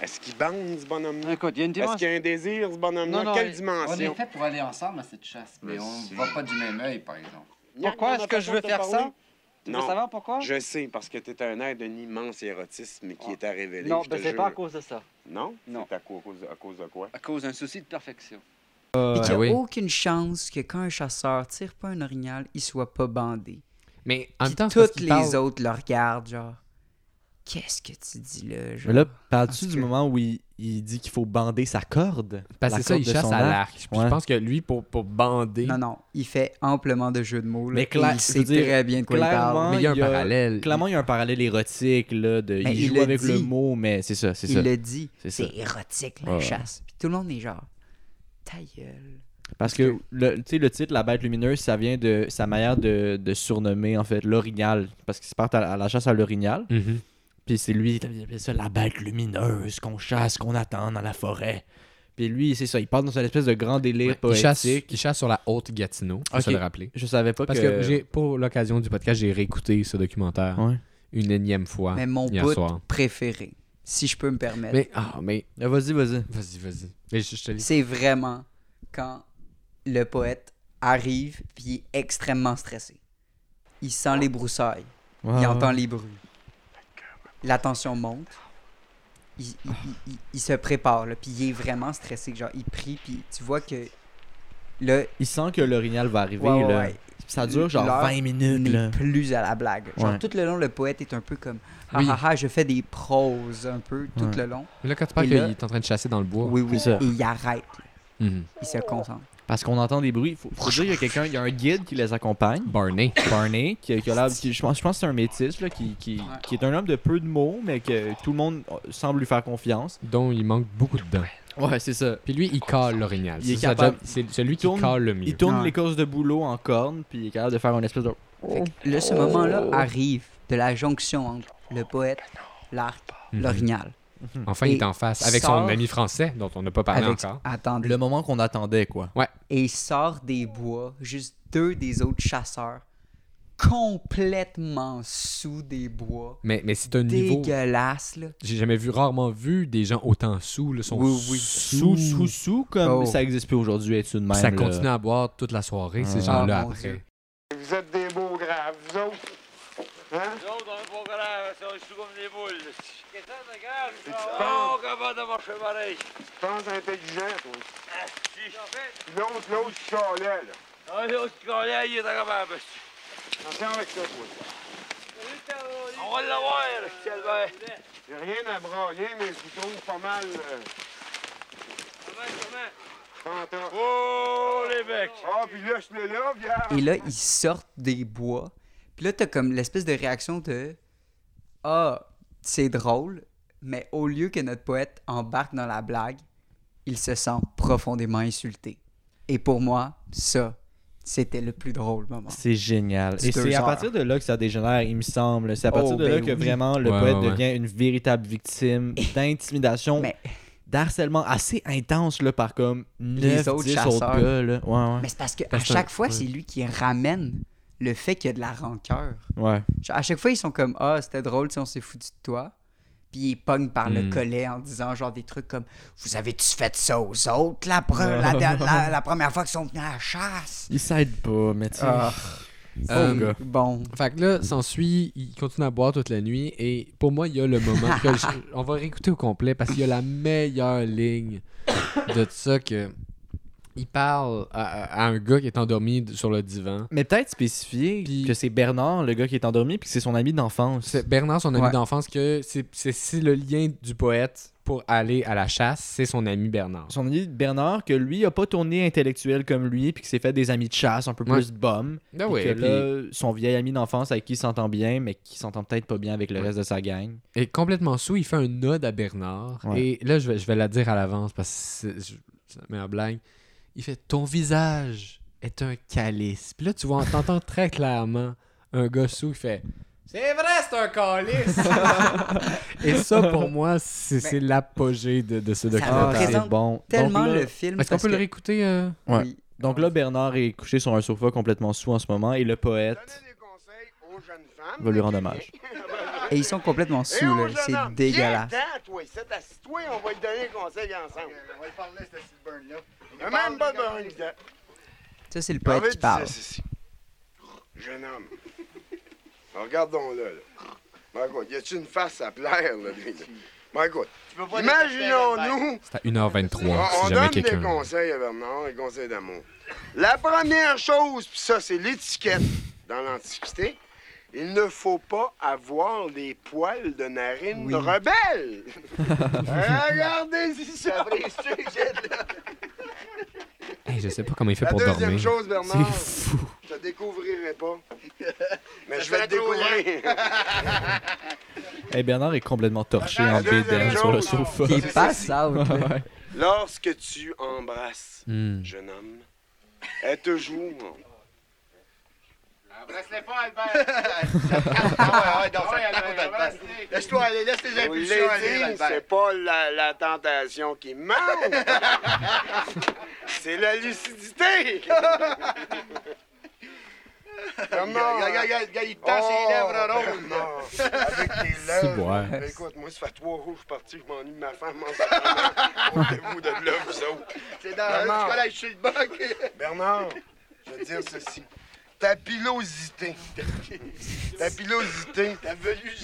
S5: Est-ce qu'il bande, ce bonhomme-là?
S6: Écoute, il y a une
S5: Est-ce
S6: dimension.
S5: qu'il y a un désir, ce bonhomme-là? Quelle
S6: on est
S5: dimension?
S6: fait pour aller ensemble à cette chasse, mais on ne voit pas du même œil, par exemple.
S5: Non,
S6: Pourquoi
S5: non,
S6: est-ce
S5: la
S6: que je
S5: façon
S6: veux
S5: de
S6: faire
S5: parler.
S6: ça? Tu veux savoir pourquoi?
S5: Je sais, parce que t'es un air d'un immense érotisme qui
S6: Ah.
S5: est à révéler.
S6: Non,
S5: je
S6: ben,
S5: te
S6: c'est
S5: jure.
S6: pas à cause de ça.
S5: Non?
S6: Non.
S5: C'est à, cou- à cause, à cause de quoi?
S6: À cause d'un souci de perfection.
S4: Et qu'il n'y a
S2: Ah oui.
S4: aucune chance que quand un chasseur tire pas un orignal, il soit pas bandé.
S2: Mais en même
S4: Puis
S2: temps, c'est parce
S4: toutes
S2: qu'il
S4: les
S2: parle-
S4: autres le regardent, genre. Qu'est-ce que tu dis là, genre?
S3: Mais là, parles-tu
S4: Parce
S3: du
S4: que-
S3: moment où il, il dit qu'il faut bander sa corde?
S2: Parce que
S3: La
S2: c'est ça,
S3: corde
S2: il
S3: de
S2: chasse
S3: son
S2: à
S3: arc.
S2: l'arc. Puis Je
S3: Ouais.
S2: pense que lui, pour, pour bander,
S4: Non, non, il fait amplement de jeux de mots. Là,
S3: Mais clair-
S4: et il
S3: je
S4: sait
S3: veux dire,
S4: très bien de quoi il
S3: clairement,
S4: parle.
S2: mais il y a un
S3: il y a-
S2: parallèle.
S3: Clairement, il y a un parallèle érotique, là, de...
S4: Mais
S3: il,
S4: il
S3: joue
S4: le
S3: avec le
S4: dit.
S3: mot, mais c'est ça, c'est
S4: Il
S3: ça.
S4: le dit.
S3: C'est ça.
S4: C'est érotique, la
S2: Ah.
S3: Ouais.
S4: chasse. Puis tout le monde est genre, ta gueule.
S3: Parce que, le, tu sais, le titre, La bête lumineuse, ça vient de sa manière de, de surnommer, en fait, l'orignal. Parce qu'ils se partent à, la- à la chasse à l'orignal.
S2: Mhm.
S3: Puis c'est lui, il appelle ça la bête lumineuse qu'on chasse, qu'on attend dans la forêt. Puis lui, c'est ça, il part dans une espèce de grand délire
S2: il,
S3: poétique.
S2: chasse, il chasse sur la haute Gatineau, faut se
S3: Ok.
S2: le rappeler.
S3: Je savais pas
S2: Parce que, j'ai pour l'occasion du podcast, j'ai réécouté ce documentaire
S3: Ouais.
S2: une énième fois
S4: Mais mon
S2: Ah, hier
S4: pote
S2: soir.
S4: préféré, si je peux me permettre,
S2: Mais, ah, mais,
S3: Ah, Vas-y, vas-y.
S2: vas-y, vas-y. Mais je, je te lis.
S4: c'est vraiment quand le poète arrive puis il est extrêmement stressé. Il sent les broussailles.
S3: Ah.
S4: Il entend les bruits. La tension monte. Il, il- il- il- il se prépare, là, puis il est vraiment stressé. Genre, il prie, puis tu vois que là,
S3: Il sent que l'orignal va arriver,
S4: Ouais, ouais,
S3: là.
S4: ouais.
S3: Ça dure genre
S4: L'heure
S3: 20
S4: il
S3: minutes, là.
S4: n'est plus à la blague. Genre,
S3: Ouais.
S4: tout le long, le poète est un peu comme Ah
S2: Oui.
S4: ah ah, je fais des proses un peu tout
S3: Ouais.
S4: le long.
S2: Mais Là, quand tu parles
S4: Et
S2: qu'il
S4: là-
S2: est en train de chasser dans le bois.
S4: Oui, oui.
S3: C'est ça.
S4: Et il arrête, là.
S2: Mhm.
S4: il se concentre.
S3: Parce qu'on entend des bruits. Faut, faut dire qu'il y a quelqu'un, il y a un guide qui les accompagne,
S2: Barney.
S3: Barney, qui, qui a l'air- qui- je, pense, je pense que c'est un métis, là, qui, qui, qui est un homme de peu de mots, mais que tout le monde euh, semble lui faire confiance.
S2: dont il manque beaucoup de dents.
S3: Ouais, c'est ça.
S2: Puis lui, il cale l'orignal.
S3: Il est
S2: C'est sa
S3: capable-
S2: job. C'est celui qui
S3: tourne-
S2: cale le mieux.
S3: Il tourne
S4: Ouais.
S3: l'écorce de boulot en corne, puis il est capable de faire une espèce de.
S4: Fait que là, ce moment-là arrive de la jonction entre le poète, l'arc,
S2: Mhm.
S4: l'orignal.
S2: Enfin, il est
S4: Et
S2: en face avec son
S4: sort-
S2: ami français dont on n'a pas parlé
S4: Avec...
S2: encore.
S4: Attendez.
S3: Le moment qu'on attendait, quoi.
S4: et il sort des bois, juste deux des autres chasseurs, complètement sous des bois,
S2: Mais, mais c'est un niveau.
S4: dégueulasse, là.
S2: J'ai jamais vu, rarement vu des gens autant sous. Là, sont
S4: Oui, oui.
S3: Sous,
S2: sous,
S3: sous,
S2: sous,
S3: sous, comme
S4: Oh.
S3: ça existe plus aujourd'hui, être une même.
S2: ça
S3: là.
S2: continue à boire toute la soirée,
S3: Ah.
S2: ces gens-là,
S4: Ah, mon
S2: après.
S4: Dieu.
S5: Vous êtes des beaux graves, vous autres. Hein?
S6: Nous autres, on est pas graves, on est sous comme des moules. Qu'est-ce que c'est de grave?
S5: tu penses?
S6: capable de marcher pareil.
S5: Tu penses intelligent, toi.
S6: Ah, Si.
S5: L'autre, l'autre qui chialait, là.
S6: Ah, l'autre collègue, il est capable.
S5: Attention avec ça, toi.
S6: On va l'avoir, Calvin.
S5: J'ai rien à brailler, mais je vous trouve pas mal... Euh, fantasme.
S6: Oh, les mecs.
S5: Ah, puis là, je suis là, viens.
S4: Et là, ils sortent des bois. Puis là, t'as comme l'espèce de réaction de « Ah, c'est drôle », mais au lieu que notre poète embarque dans la blague, il se sent profondément insulté. Et pour moi, ça, c'était le plus drôle moment.
S3: C'est génial.
S4: C'est
S3: Et c'est
S4: deux
S3: à
S4: heures.
S3: partir de là que ça dégénère, il me semble. C'est à partir
S4: Oh,
S3: de là
S4: ben
S3: que
S4: oui.
S3: vraiment le
S2: Ouais,
S3: poète
S2: ouais, ouais.
S3: devient une véritable victime d'intimidation,
S4: Mais-
S3: d'harcèlement assez intense là, par comme 9,
S4: Les autres
S3: 10 autres
S4: chasseurs.
S3: gars. Là. Ouais,
S4: Mais c'est parce que à
S2: Parce que-
S4: chaque fois,
S2: ouais.
S4: c'est lui qui ramène le fait qu'il y a de la rancœur.
S3: ouais. ouais.
S4: Genre, À chaque fois, ils sont comme Ah, c'était drôle si on s'est foutu de toi. Puis ils pognent par le
S2: Mm.
S4: collet en disant genre des trucs comme Vous avez-tu fait ça aux autres la,
S2: *laughs*
S4: pre- la, der- la- la première fois qu'ils sont venus à la chasse
S3: Il s'aide pas, mais tu sais.
S4: Ah,
S2: Euh,
S4: c'est Bon.
S2: Fait que là, s'ensuit, il continue à boire toute la nuit. Et pour moi, il y a le moment
S3: *laughs*
S2: que je- on va réécouter au complet parce qu'il y a la meilleure ligne de ça que il parle à, à- à un gars qui est endormi d- sur le divan.
S3: Mais peut-être spécifier
S2: Puis-
S3: que c'est Bernard, le gars qui est endormi, puis que c'est son ami d'enfance.
S2: C'est Bernard, son ami
S4: Ouais.
S2: d'enfance, que c'est- c'est c'est le lien du poète pour aller à la chasse, c'est son ami Bernard.
S3: Son ami Bernard, que lui a pas tourné intellectuel comme lui, puis qu'il s'est fait des amis de chasse un peu
S2: Ouais.
S3: plus bum.
S2: Ah
S3: Puis
S2: ouais,
S3: que
S2: puis-
S3: là, son vieil ami d'enfance avec qui il s'entend bien, mais qui s'entend peut-être pas bien avec le reste de sa gang.
S2: Et complètement sous, il fait un nod à Bernard.
S3: Ouais.
S2: Et là, je vais, je vais la dire à l'avance parce que c'est- je- c'est la meilleure blague. Il fait Ton visage est un calice. Puis là, tu vois, on t'entend *laughs* très clairement un gars sous qui fait C'est vrai, c'est un calice. Et ça, pour moi, c'est c'est l'apogée de, de ce
S4: Ah,
S2: documentaire.
S4: représente
S3: c'est bon.
S4: Tellement
S3: Donc là-
S4: le film.
S2: Est-ce qu'on
S4: parce
S2: peut le
S4: que-
S2: réécouter euh?
S3: Ouais.
S4: oui.
S3: Donc là, Bernard est couché sur un sofa complètement sous en ce moment et le poète
S5: Donnez des conseils aux jeunes femmes.
S3: va lui rendre
S5: *laughs*
S3: hommage.
S4: Et ils sont complètement
S5: Et
S4: sous,
S5: aux
S4: là.
S5: jeunes hommes.
S4: C'est dégueulasse.
S5: Viens-t'en, toi, ici, assis-toi, on va lui donner des conseils ensemble. On va lui parler de cette burn-là. Même pas de burn, là.
S4: Ça, c'est le
S5: J'ai envie
S4: poète
S5: de
S4: qui
S5: dire
S4: parle.
S5: ceci. Jeune homme,
S11: Regardons-le, là. Mais écoute, y a-tu une face à plaire, là, lui, là? Mais écoute,
S7: peux pas
S11: imaginons-nous...
S2: C'est à 1h23,
S11: On, on
S2: si jamais
S11: donne des
S2: quelqu'un...
S11: conseils à Bernard, des conseils d'amour. La première chose, puis ça, c'est l'étiquette dans l'Antiquité, il ne faut pas avoir les poils de narine
S2: *laughs*
S7: Oui.
S11: rebelles. Regardez si ça brise
S2: Hey, je sais pas comment il fait
S11: La
S2: pour
S11: deuxième
S2: dormir.
S11: chose, Bernard,
S2: C'est fou.
S11: je te découvrirai pas. Mais
S7: Ça
S11: je vais
S7: fait
S11: te
S7: trop
S11: découvrir.
S3: Hey, Bernard est complètement torché en bédaine sur le sofa.
S4: Il passe out, là.
S3: *laughs* Ouais.
S11: Lorsque tu embrasses,
S3: Hmm.
S11: jeune homme, elle te joue.
S7: Embrasse-les pas, Albert! Laisse-toi aller, laisse tes
S11: Je vous l'ai
S7: impulsions aller,
S11: dit,
S7: Albert!
S11: c'est pas la, la tentation qui manque,
S7: *laughs*
S11: c'est la lucidité. Comment?
S7: *laughs* Regarde, regarde, regarde, il tend ses lèvres roses.
S11: roses. Avec tes
S7: C'est
S11: lèvres.
S7: boire.
S11: Ben, écoute, moi, ça fait trois jours que je suis parti, je m'ennuie de ma femme. m'en
S7: *laughs*
S11: sacrement. Vous de là, vous autres.
S7: C'est dans le collège sur le bac!
S11: Bernard, je veux dire ceci. Ta pilosité, *laughs* ta pilosité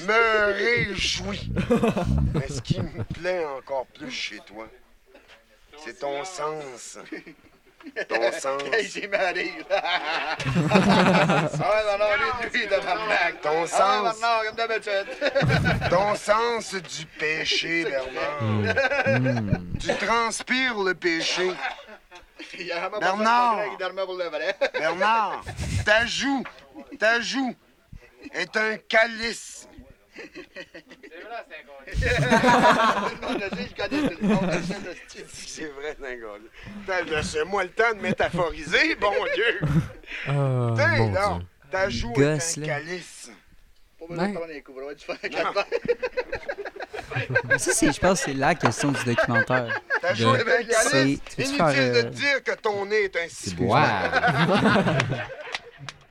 S11: me
S7: *laughs*
S11: réjouit. Mais ce qui me plaît encore plus chez toi, c'est ton sens.
S7: *laughs*
S11: Ton sens.
S7: Hey, j'ai mal à
S11: *laughs*
S7: rire. Ah, Bernard, lui, de ma blague.
S11: Ton
S7: Ah,
S11: sens.
S7: Bernard, comme d'habitude.
S11: *laughs* Ton sens du péché,
S7: Mm.
S11: Bernard. Tu transpires le péché.
S7: *laughs* Il y a vraiment pas
S11: Bernard.
S7: de blague, il dormait pour le vrai.
S11: Bernard, ta joue, ta joue est un calice. C'est vrai, Dingol. Laissez-moi le temps de métaphoriser, bon Dieu.
S2: Ah,
S11: T'es
S2: mon
S11: là,
S2: Dieu.
S11: ta joue
S2: Gosse,
S11: est un
S2: là.
S11: calice. *laughs*
S7: Pas besoin de prendre les coups, on va du faire avec Albert.
S4: Ça, c'est, je pense que c'est la question du documentaire.
S11: Ta joue est un
S4: C'est,
S11: calice.
S4: tu veux
S11: Inutile
S4: faire,
S11: de
S4: euh,
S11: dire que ton nez est un ciseau.
S2: *laughs*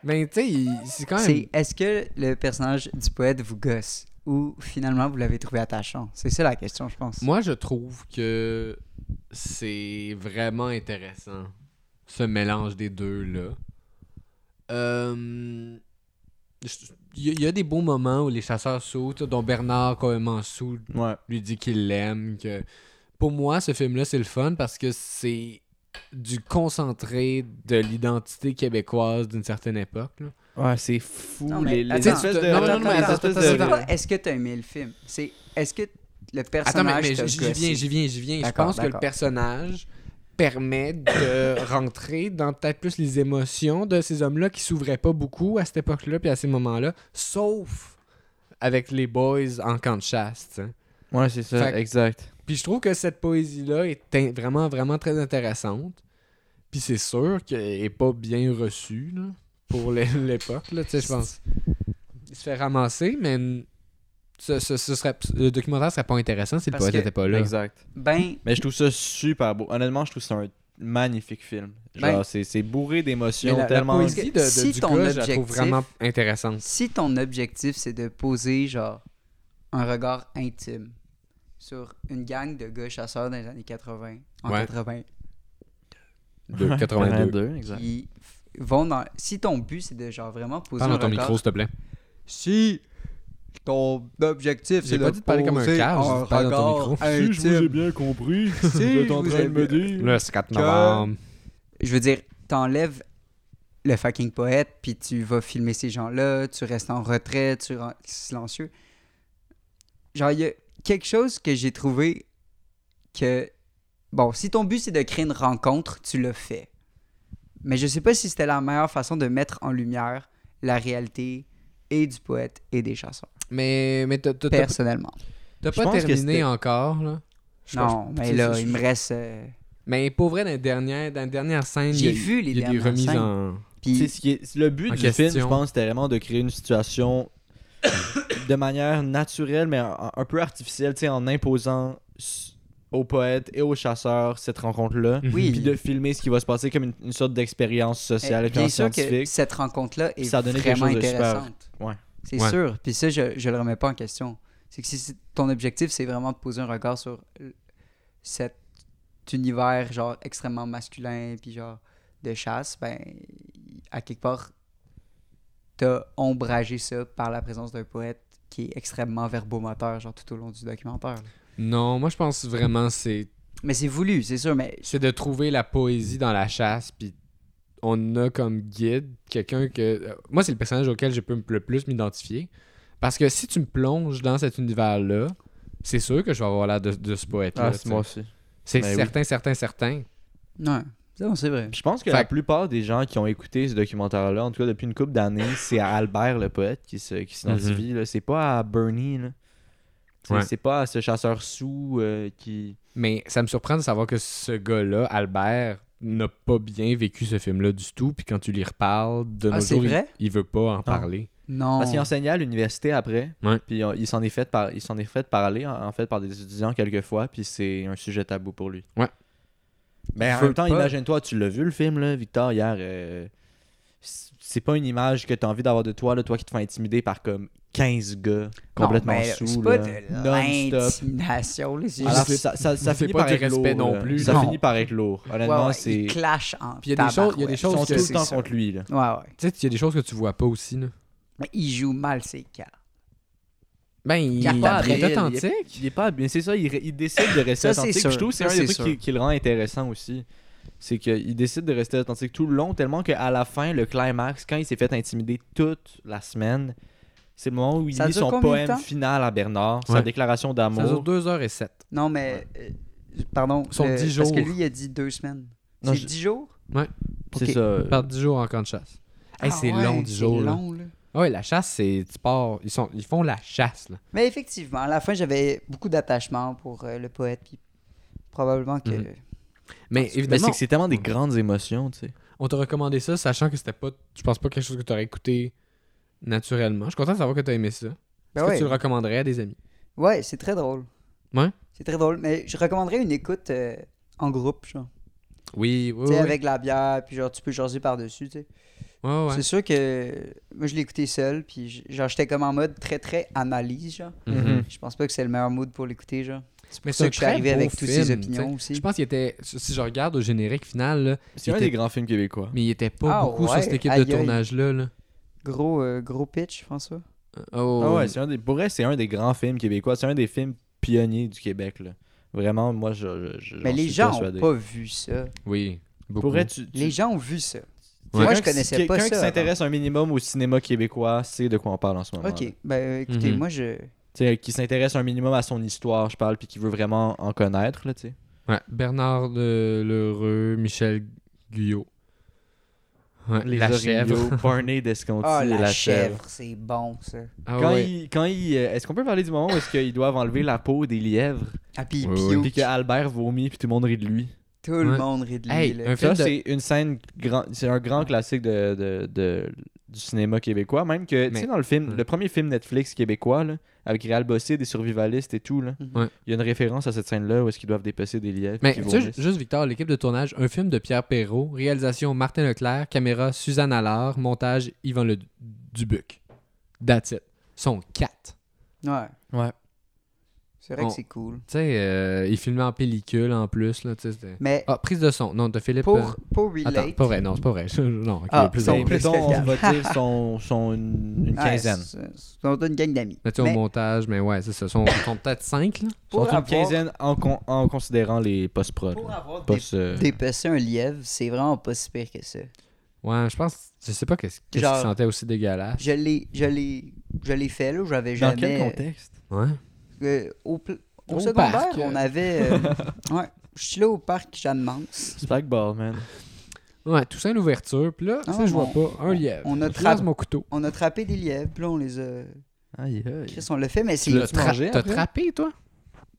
S2: Mais tu sais, il- c'est quand même...
S4: c'est est-ce que le personnage du poète vous gosse ou finalement vous l'avez trouvé attachant? C'est ça la question, je pense.
S2: Moi, je trouve que c'est vraiment intéressant, ce mélange des deux-là. Euh, je- Il y, a- il y a des beaux moments où les chasseurs sautent, dont Bernard, quand sous lui dit qu'il l'aime. Que... Pour moi, ce film-là, c'est le fun parce que c'est du concentré de l'identité québécoise d'une certaine époque. là.
S3: Ouais, c'est fou.
S4: Non,
S3: les,
S4: mais
S3: les
S4: attends,
S3: espèces de.
S2: non,
S4: Ah,
S2: non, non, mais
S3: les
S2: attends,
S3: espèces
S2: attends,
S3: de-
S4: C'est pas est-ce que t'as aimé le film? C'est est-ce que le
S2: Attends, mais,
S4: personnage
S2: mais
S4: t'a
S2: j'y j'y
S4: gossé?
S2: viens, j'y viens, j'y viens. Je
S4: D'accord,
S2: pense que le
S4: d'accord.
S2: personnage permet
S4: *coughs*
S2: de rentrer dans peut-être plus les émotions de ces hommes-là qui s'ouvraient pas beaucoup à cette époque-là puis à ces moments-là, sauf avec les boys en camp de chasse. tu sais.
S3: Ouais, c'est ça,
S2: Fait que-
S3: exact.
S2: Puis je trouve que cette poésie-là est in- vraiment, vraiment très intéressante. Puis c'est sûr qu'elle est pas bien reçue là, pour l'é- *laughs* l'époque, là, tu sais, je pense. Il se fait ramasser, mais n- ce, ce- ce serait, le documentaire serait pas intéressant si le
S4: Parce
S2: poète
S4: que-
S2: n'était pas là.
S3: Exact.
S4: Ben,
S3: Mais je trouve ça super beau. Honnêtement, je trouve ça un magnifique film. Genre,
S4: Ben-
S3: c'est c'est bourré
S2: Mais
S3: d'émotions
S2: la,
S3: tellement.
S2: la poésie de, de-
S4: Si
S2: du
S4: ton
S2: gars, je la trouve
S4: objectif-
S2: vraiment intéressante.
S4: si ton objectif c'est de poser genre un regard intime sur une gang de gars chasseurs dans les années 80, en
S2: Ouais.
S4: 80,
S2: *laughs* De
S3: Ouais,
S2: 82.
S3: exact.
S4: qui f- vont dans. Si ton but c'est de genre vraiment poser
S2: Parle
S4: un
S2: dans ton
S4: regard-
S2: micro, s'il te plaît.
S4: Si ton objectif
S2: J'ai
S4: c'est de
S2: pas dit de parler comme un
S4: poser
S2: cave, j'ai dit de parler dans ton
S4: regard
S2: micro.
S4: intime.
S3: bien compris,
S4: Si êtes en je train vous ai de me
S3: dire.
S2: Le 4
S4: Que-
S2: novembre.
S4: je veux dire, t'enlèves le fucking poète, puis tu vas filmer ces gens-là, tu restes en retrait, tu restes silencieux. Genre, il y a quelque chose que j'ai trouvé que... Bon, si ton but, c'est de créer une rencontre, tu le fais. Mais je sais pas si c'était la meilleure façon de mettre en lumière la réalité et du poète et des chansons,
S2: Mais, mais t'as t'as- t'as-
S4: personnellement.
S2: t'as
S3: je
S2: pas
S3: pense que
S2: terminé
S3: c'était-
S2: encore, là. Je-
S4: non,
S2: je-
S4: mais
S2: c'est-
S4: là,
S2: c'est-
S4: il me reste... euh,
S2: Mais pour vrai, dans les dernières, dans les dernières scènes, il y
S4: J'ai
S2: a,
S4: vu les
S2: il y a des
S4: dernières
S2: remises
S4: scènes,
S2: en...
S4: puis-
S3: C'est ce qui est- le but
S2: En
S3: du
S2: question.
S3: film, je pense, c'était vraiment de créer une situation de manière naturelle, mais un, un peu artificielle, tu sais, en imposant s- aux poètes et aux chasseurs cette rencontre-là.
S2: Mhm.
S4: Oui.
S3: Puis de filmer ce qui va se passer comme une, une sorte d'expérience sociale
S4: Eh,
S3: et puis
S4: bien sûr que
S3: scientifique.
S4: cette rencontre-là est
S3: Ça a donné quelque
S4: vraiment
S3: chose de super.
S4: intéressante.
S3: Ouais.
S4: C'est
S2: Ouais.
S4: sûr. Puis ça, je, je le remets pas en question. C'est que si c'est- ton objectif, c'est vraiment de poser un regard sur l- cet univers genre extrêmement masculin puis genre de chasse, ben à quelque part, t'as ombragé ça par la présence d'un poète qui est extrêmement verbomoteur, genre tout au long du documentaire. là.
S2: Non, moi je pense vraiment c'est
S4: Mais c'est voulu, c'est sûr, mais
S2: c'est de trouver la poésie dans la chasse puis on a comme guide quelqu'un que euh, moi c'est le personnage auquel je peux m- le plus m'identifier parce que si tu me plonges dans cet univers là, c'est sûr que je vais avoir l'air de, de ce poète là.
S3: Ah, c'est moi aussi.
S2: c'est
S3: Ben oui.
S2: certain, certain, certain.
S4: non, non, c'est vrai.
S3: Je pense que
S2: Fait
S3: la
S2: que-
S3: plupart des gens qui ont écouté ce documentaire-là, en tout cas depuis une couple
S2: *laughs*
S3: d'années, c'est à Albert le poète qui se- qui s'identifie. là. C'est pas à Bernie. là. C'est-
S2: Mhm. Ouais.
S3: C'est pas à ce chasseur sous euh, qui.
S2: Mais ça me surprend de savoir que ce gars-là, Albert, n'a pas bien vécu ce film-là du tout. Puis quand tu lui reparles de
S4: Ah,
S2: nos
S4: c'est
S2: jours, il-
S4: vrai?
S2: Il, veut pas en parler.
S4: Non.
S3: Parce qu'il enseignait à l'université après.
S2: Ouais.
S3: Puis on- il s'en est fait par, il s'en est fait parler en, en fait par des étudiants quelques fois. Puis c'est un sujet tabou pour lui.
S2: Ouais.
S3: Mais en
S4: Veux
S3: même temps,
S4: pas.
S3: imagine-toi, tu l'as vu le film là, Victor hier. euh, c'est c'est pas une image que t'as envie d'avoir de toi là, toi qui te fais intimider par comme 15 gars complètement
S4: Non, mais
S3: sous.
S4: C'est
S3: là,
S4: pas de
S3: non-stop.
S4: l'intimidation, là, c'est
S3: Alors,
S4: juste...
S2: c'est-
S3: ça, ça, ça
S2: c'est
S3: finit
S2: pas
S3: par
S2: du
S3: être
S2: respect
S3: lourd,
S2: non
S3: là.
S2: plus.
S3: Ça
S4: Non.
S3: finit par être lourd. Honnêtement,
S4: Ouais, ouais,
S3: c'est.
S4: ils clashent en
S2: Puis il y a des choses- il y a des
S3: Ils
S4: tabarouette.
S2: choses
S3: sont
S2: que
S3: tout le
S2: c'est
S3: temps
S2: ça.
S3: contre lui. Là.
S4: Ouais, ouais.
S2: Tu sais, il y a des choses que tu vois pas aussi. Là.
S4: Mais il joue mal ses cartes.
S2: Ben, il,
S4: Carte
S2: il
S4: après,
S2: est authentique.
S3: *laughs* Il est pas mais c'est ça, il, ré- il décide de rester
S4: Ça, c'est
S3: authentique.
S4: sûr.
S3: Je trouve que c'est
S4: Ça,
S3: un des
S4: c'est
S3: trucs qui, qui le rend intéressant aussi. C'est qu'il décide de rester authentique tout le long, tellement qu'à la fin, le climax, quand il s'est fait intimider toute la semaine, c'est le moment où il
S4: Ça
S3: lit
S4: dure
S3: son
S4: combien de
S3: poème
S4: temps?
S3: final à Bernard, sa
S2: Ouais.
S3: déclaration
S2: Ça dure
S3: d'amour.
S2: 2h07.
S4: Non, mais... euh, pardon.
S2: Sont
S4: euh,
S2: dix
S4: Parce que
S2: jours.
S4: lui, il a dit deux semaines.
S3: Non,
S4: C'est
S3: je-
S4: dix jours?
S3: C'est
S4: Ok.
S3: ça.
S2: Par 10 jours en camp de chasse. Euh, Hey,
S4: Ah
S2: c'est
S4: ouais,
S2: long 10
S4: c'est
S2: jours. là.
S4: long, là.
S2: Ah ouais, la chasse, c'est. Tu pars. Ils, sont... ils font la chasse. Là.
S4: Mais effectivement, à la fin, j'avais beaucoup d'attachement pour euh, le poète. Puis probablement que.
S2: Mhm. Mais
S3: Mais
S2: évidemment,
S3: c'est que c'est tellement des grandes émotions, tu sais.
S2: on t'a recommandé ça, sachant que c'était pas. Je pense pas quelque chose que t'aurais écouté naturellement. Je suis content de savoir que t'as aimé ça. Est-ce
S4: Ben
S2: que
S4: ouais,
S2: tu le recommanderais à des amis?
S4: ouais c'est très drôle.
S2: Ouais?
S4: C'est très drôle. Mais je recommanderais une écoute euh, en groupe, genre.
S2: Oui, oui,
S4: tu sais,
S2: oui.
S4: avec la bière, puis genre, tu peux jaser par-dessus, tu sais.
S2: Ouais, ouais.
S4: C'est sûr que. Moi, je l'ai écouté seul, puis j- genre, j'étais comme en mode très, très analyse, genre.
S3: Mm.
S2: Mhm.
S4: Je pense pas que c'est le meilleur mood pour l'écouter, genre.
S2: Mais
S4: C'est pour ça que je suis
S2: très
S4: arrivé
S2: beau
S4: avec toutes
S2: film,
S4: ses opinions
S2: t'sais.
S4: aussi.
S2: Je pense qu'il était, si je regarde au générique final, là,
S3: C'est
S2: Il
S3: un
S2: était-
S3: des grands films québécois.
S2: mais il était pas
S4: Ah
S2: beaucoup
S4: ouais,
S2: sur cette équipe
S4: aïe,
S2: de
S4: aïe.
S2: tournage-là. Là.
S4: Gros, euh, gros pitch, François.
S2: Oh,
S3: Ah ouais,
S2: oui.
S3: c'est un des, pour vrai, c'est un des grands films québécois. C'est un des films pionniers du Québec. Là. Vraiment, moi, je. je- je-
S4: Mais
S3: j'en
S4: les
S3: suis
S4: gens
S3: persuadé.
S4: ont pas vu ça.
S2: Oui, beaucoup.
S3: Pour vrai, tu- tu-
S4: Les gens ont vu ça.
S3: quelqu'un
S4: Moi, je
S3: qui-
S4: connaissais pas
S3: Quelqu'un
S4: ça.
S3: qui
S4: avant.
S3: s'intéresse un minimum au cinéma québécois sait de quoi on parle en ce moment. là.
S4: Ok, ben euh, écoutez,
S2: Mhm.
S4: moi je.
S3: Tu sais, qui s'intéresse un minimum à son histoire, je parle, puis qui veut vraiment en connaître, là, tu sais.
S2: Ouais, Bernard de Lheureux, Michel Guyot. Ouais, la chèvre.
S3: orignaux, *laughs* Barney Desconti,
S4: Ah,
S3: et
S4: la, chèvre, c'est bon ça.
S2: Ah
S3: Quand
S2: ouais.
S3: il, quand il, euh, est-ce qu'on peut parler du moment où est-ce qu'ils doivent enlever la peau des lièvres,
S4: Ah, puis il
S2: Oui,
S4: puke.
S3: puis que Albert vomit, puis tout le monde rit de lui.
S4: Tout le
S2: Ouais.
S4: monde rit de lui.
S2: Hey, euh,
S4: là.
S2: un film
S3: Ça,
S2: de- Ah.
S3: c'est une scène, grand- c'est un grand classique de, de- de- du cinéma québécois. Même que, tu
S2: Mais-
S3: sais, dans le film,
S2: ouais.
S3: le premier film Netflix québécois, là, avec Réal Bossé, des survivalistes et tout, là, il
S4: Mhm.
S2: Ouais.
S3: y a une référence à cette scène-là où est-ce qu'ils doivent dépasser des lièvres.
S2: Mais
S3: qui
S2: tu sais,
S3: vomissent.
S2: juste Victor, l'équipe de tournage, un film de Pierre Perrault, réalisation Martin Leclerc, caméra Suzanne Allard, montage Yvan Le Dubuc. That's it. Ils sont quatre.
S4: Ouais.
S3: Ouais.
S4: C'est vrai
S2: On-
S4: que c'est cool.
S2: Tu sais, euh, ils filmaient en pellicule en plus. Là, tu sais, c'était-
S4: Mais
S2: ah, prise de son. Non, de Philippe. euh,
S4: pour, pour relate.
S2: Attends, c'est pas vrai, non, c'est pas vrai. *laughs* non, ok,
S4: Ah,
S2: plus
S4: sont
S2: de-
S3: Mais
S4: plus
S3: mettons,
S4: que
S3: on
S4: quatre.
S3: va dire, sont, sont une, une
S4: ouais,
S3: quinzaine.
S4: c'est- c'est- on a une gang d'amis.
S2: Mais tu sais, au
S4: Mais
S2: montage, mais ouais, c'est ça. Ils sont, sont peut-être cinq, là.
S3: sont
S4: pour,
S3: une
S4: avoir,
S3: quinzaine en, con- en considérant les post-prod.
S4: pour
S3: là.
S4: avoir dé-
S3: Post, euh,
S4: dépecé un lièvre, c'est vraiment pas si pire que ça.
S2: Ouais, je pense. Je sais pas qu'est-ce qu'est-ce qu'ils
S4: Genre-
S2: sentaient aussi dégueulasse.
S4: Je l'ai, je l'ai, je l'ai fait là, j'avais
S3: Dans
S4: jamais.
S3: quel contexte
S2: Ouais.
S4: euh, au, pl- au
S2: Au
S4: secondaire,
S2: parc, euh.
S4: on avait. euh, ouais, je suis là au parc Jeanne Mance.
S3: Spikeball, man.
S2: Ouais, tout ça, une ouverture. Puis là, tu sais,
S4: Ah,
S2: je vois
S4: on-
S2: pas. Un lièvre.
S4: on a
S2: Je lance
S4: tra-
S2: mon couteau.
S4: On a trappé des lièvres, puis là, on les a.
S3: Aïe, aïe.
S4: Chris, on l'a fait, mais c'est.
S2: Tu l'as
S3: l'as-tu mangé
S2: tra- T'as
S3: après?
S2: trappé, toi?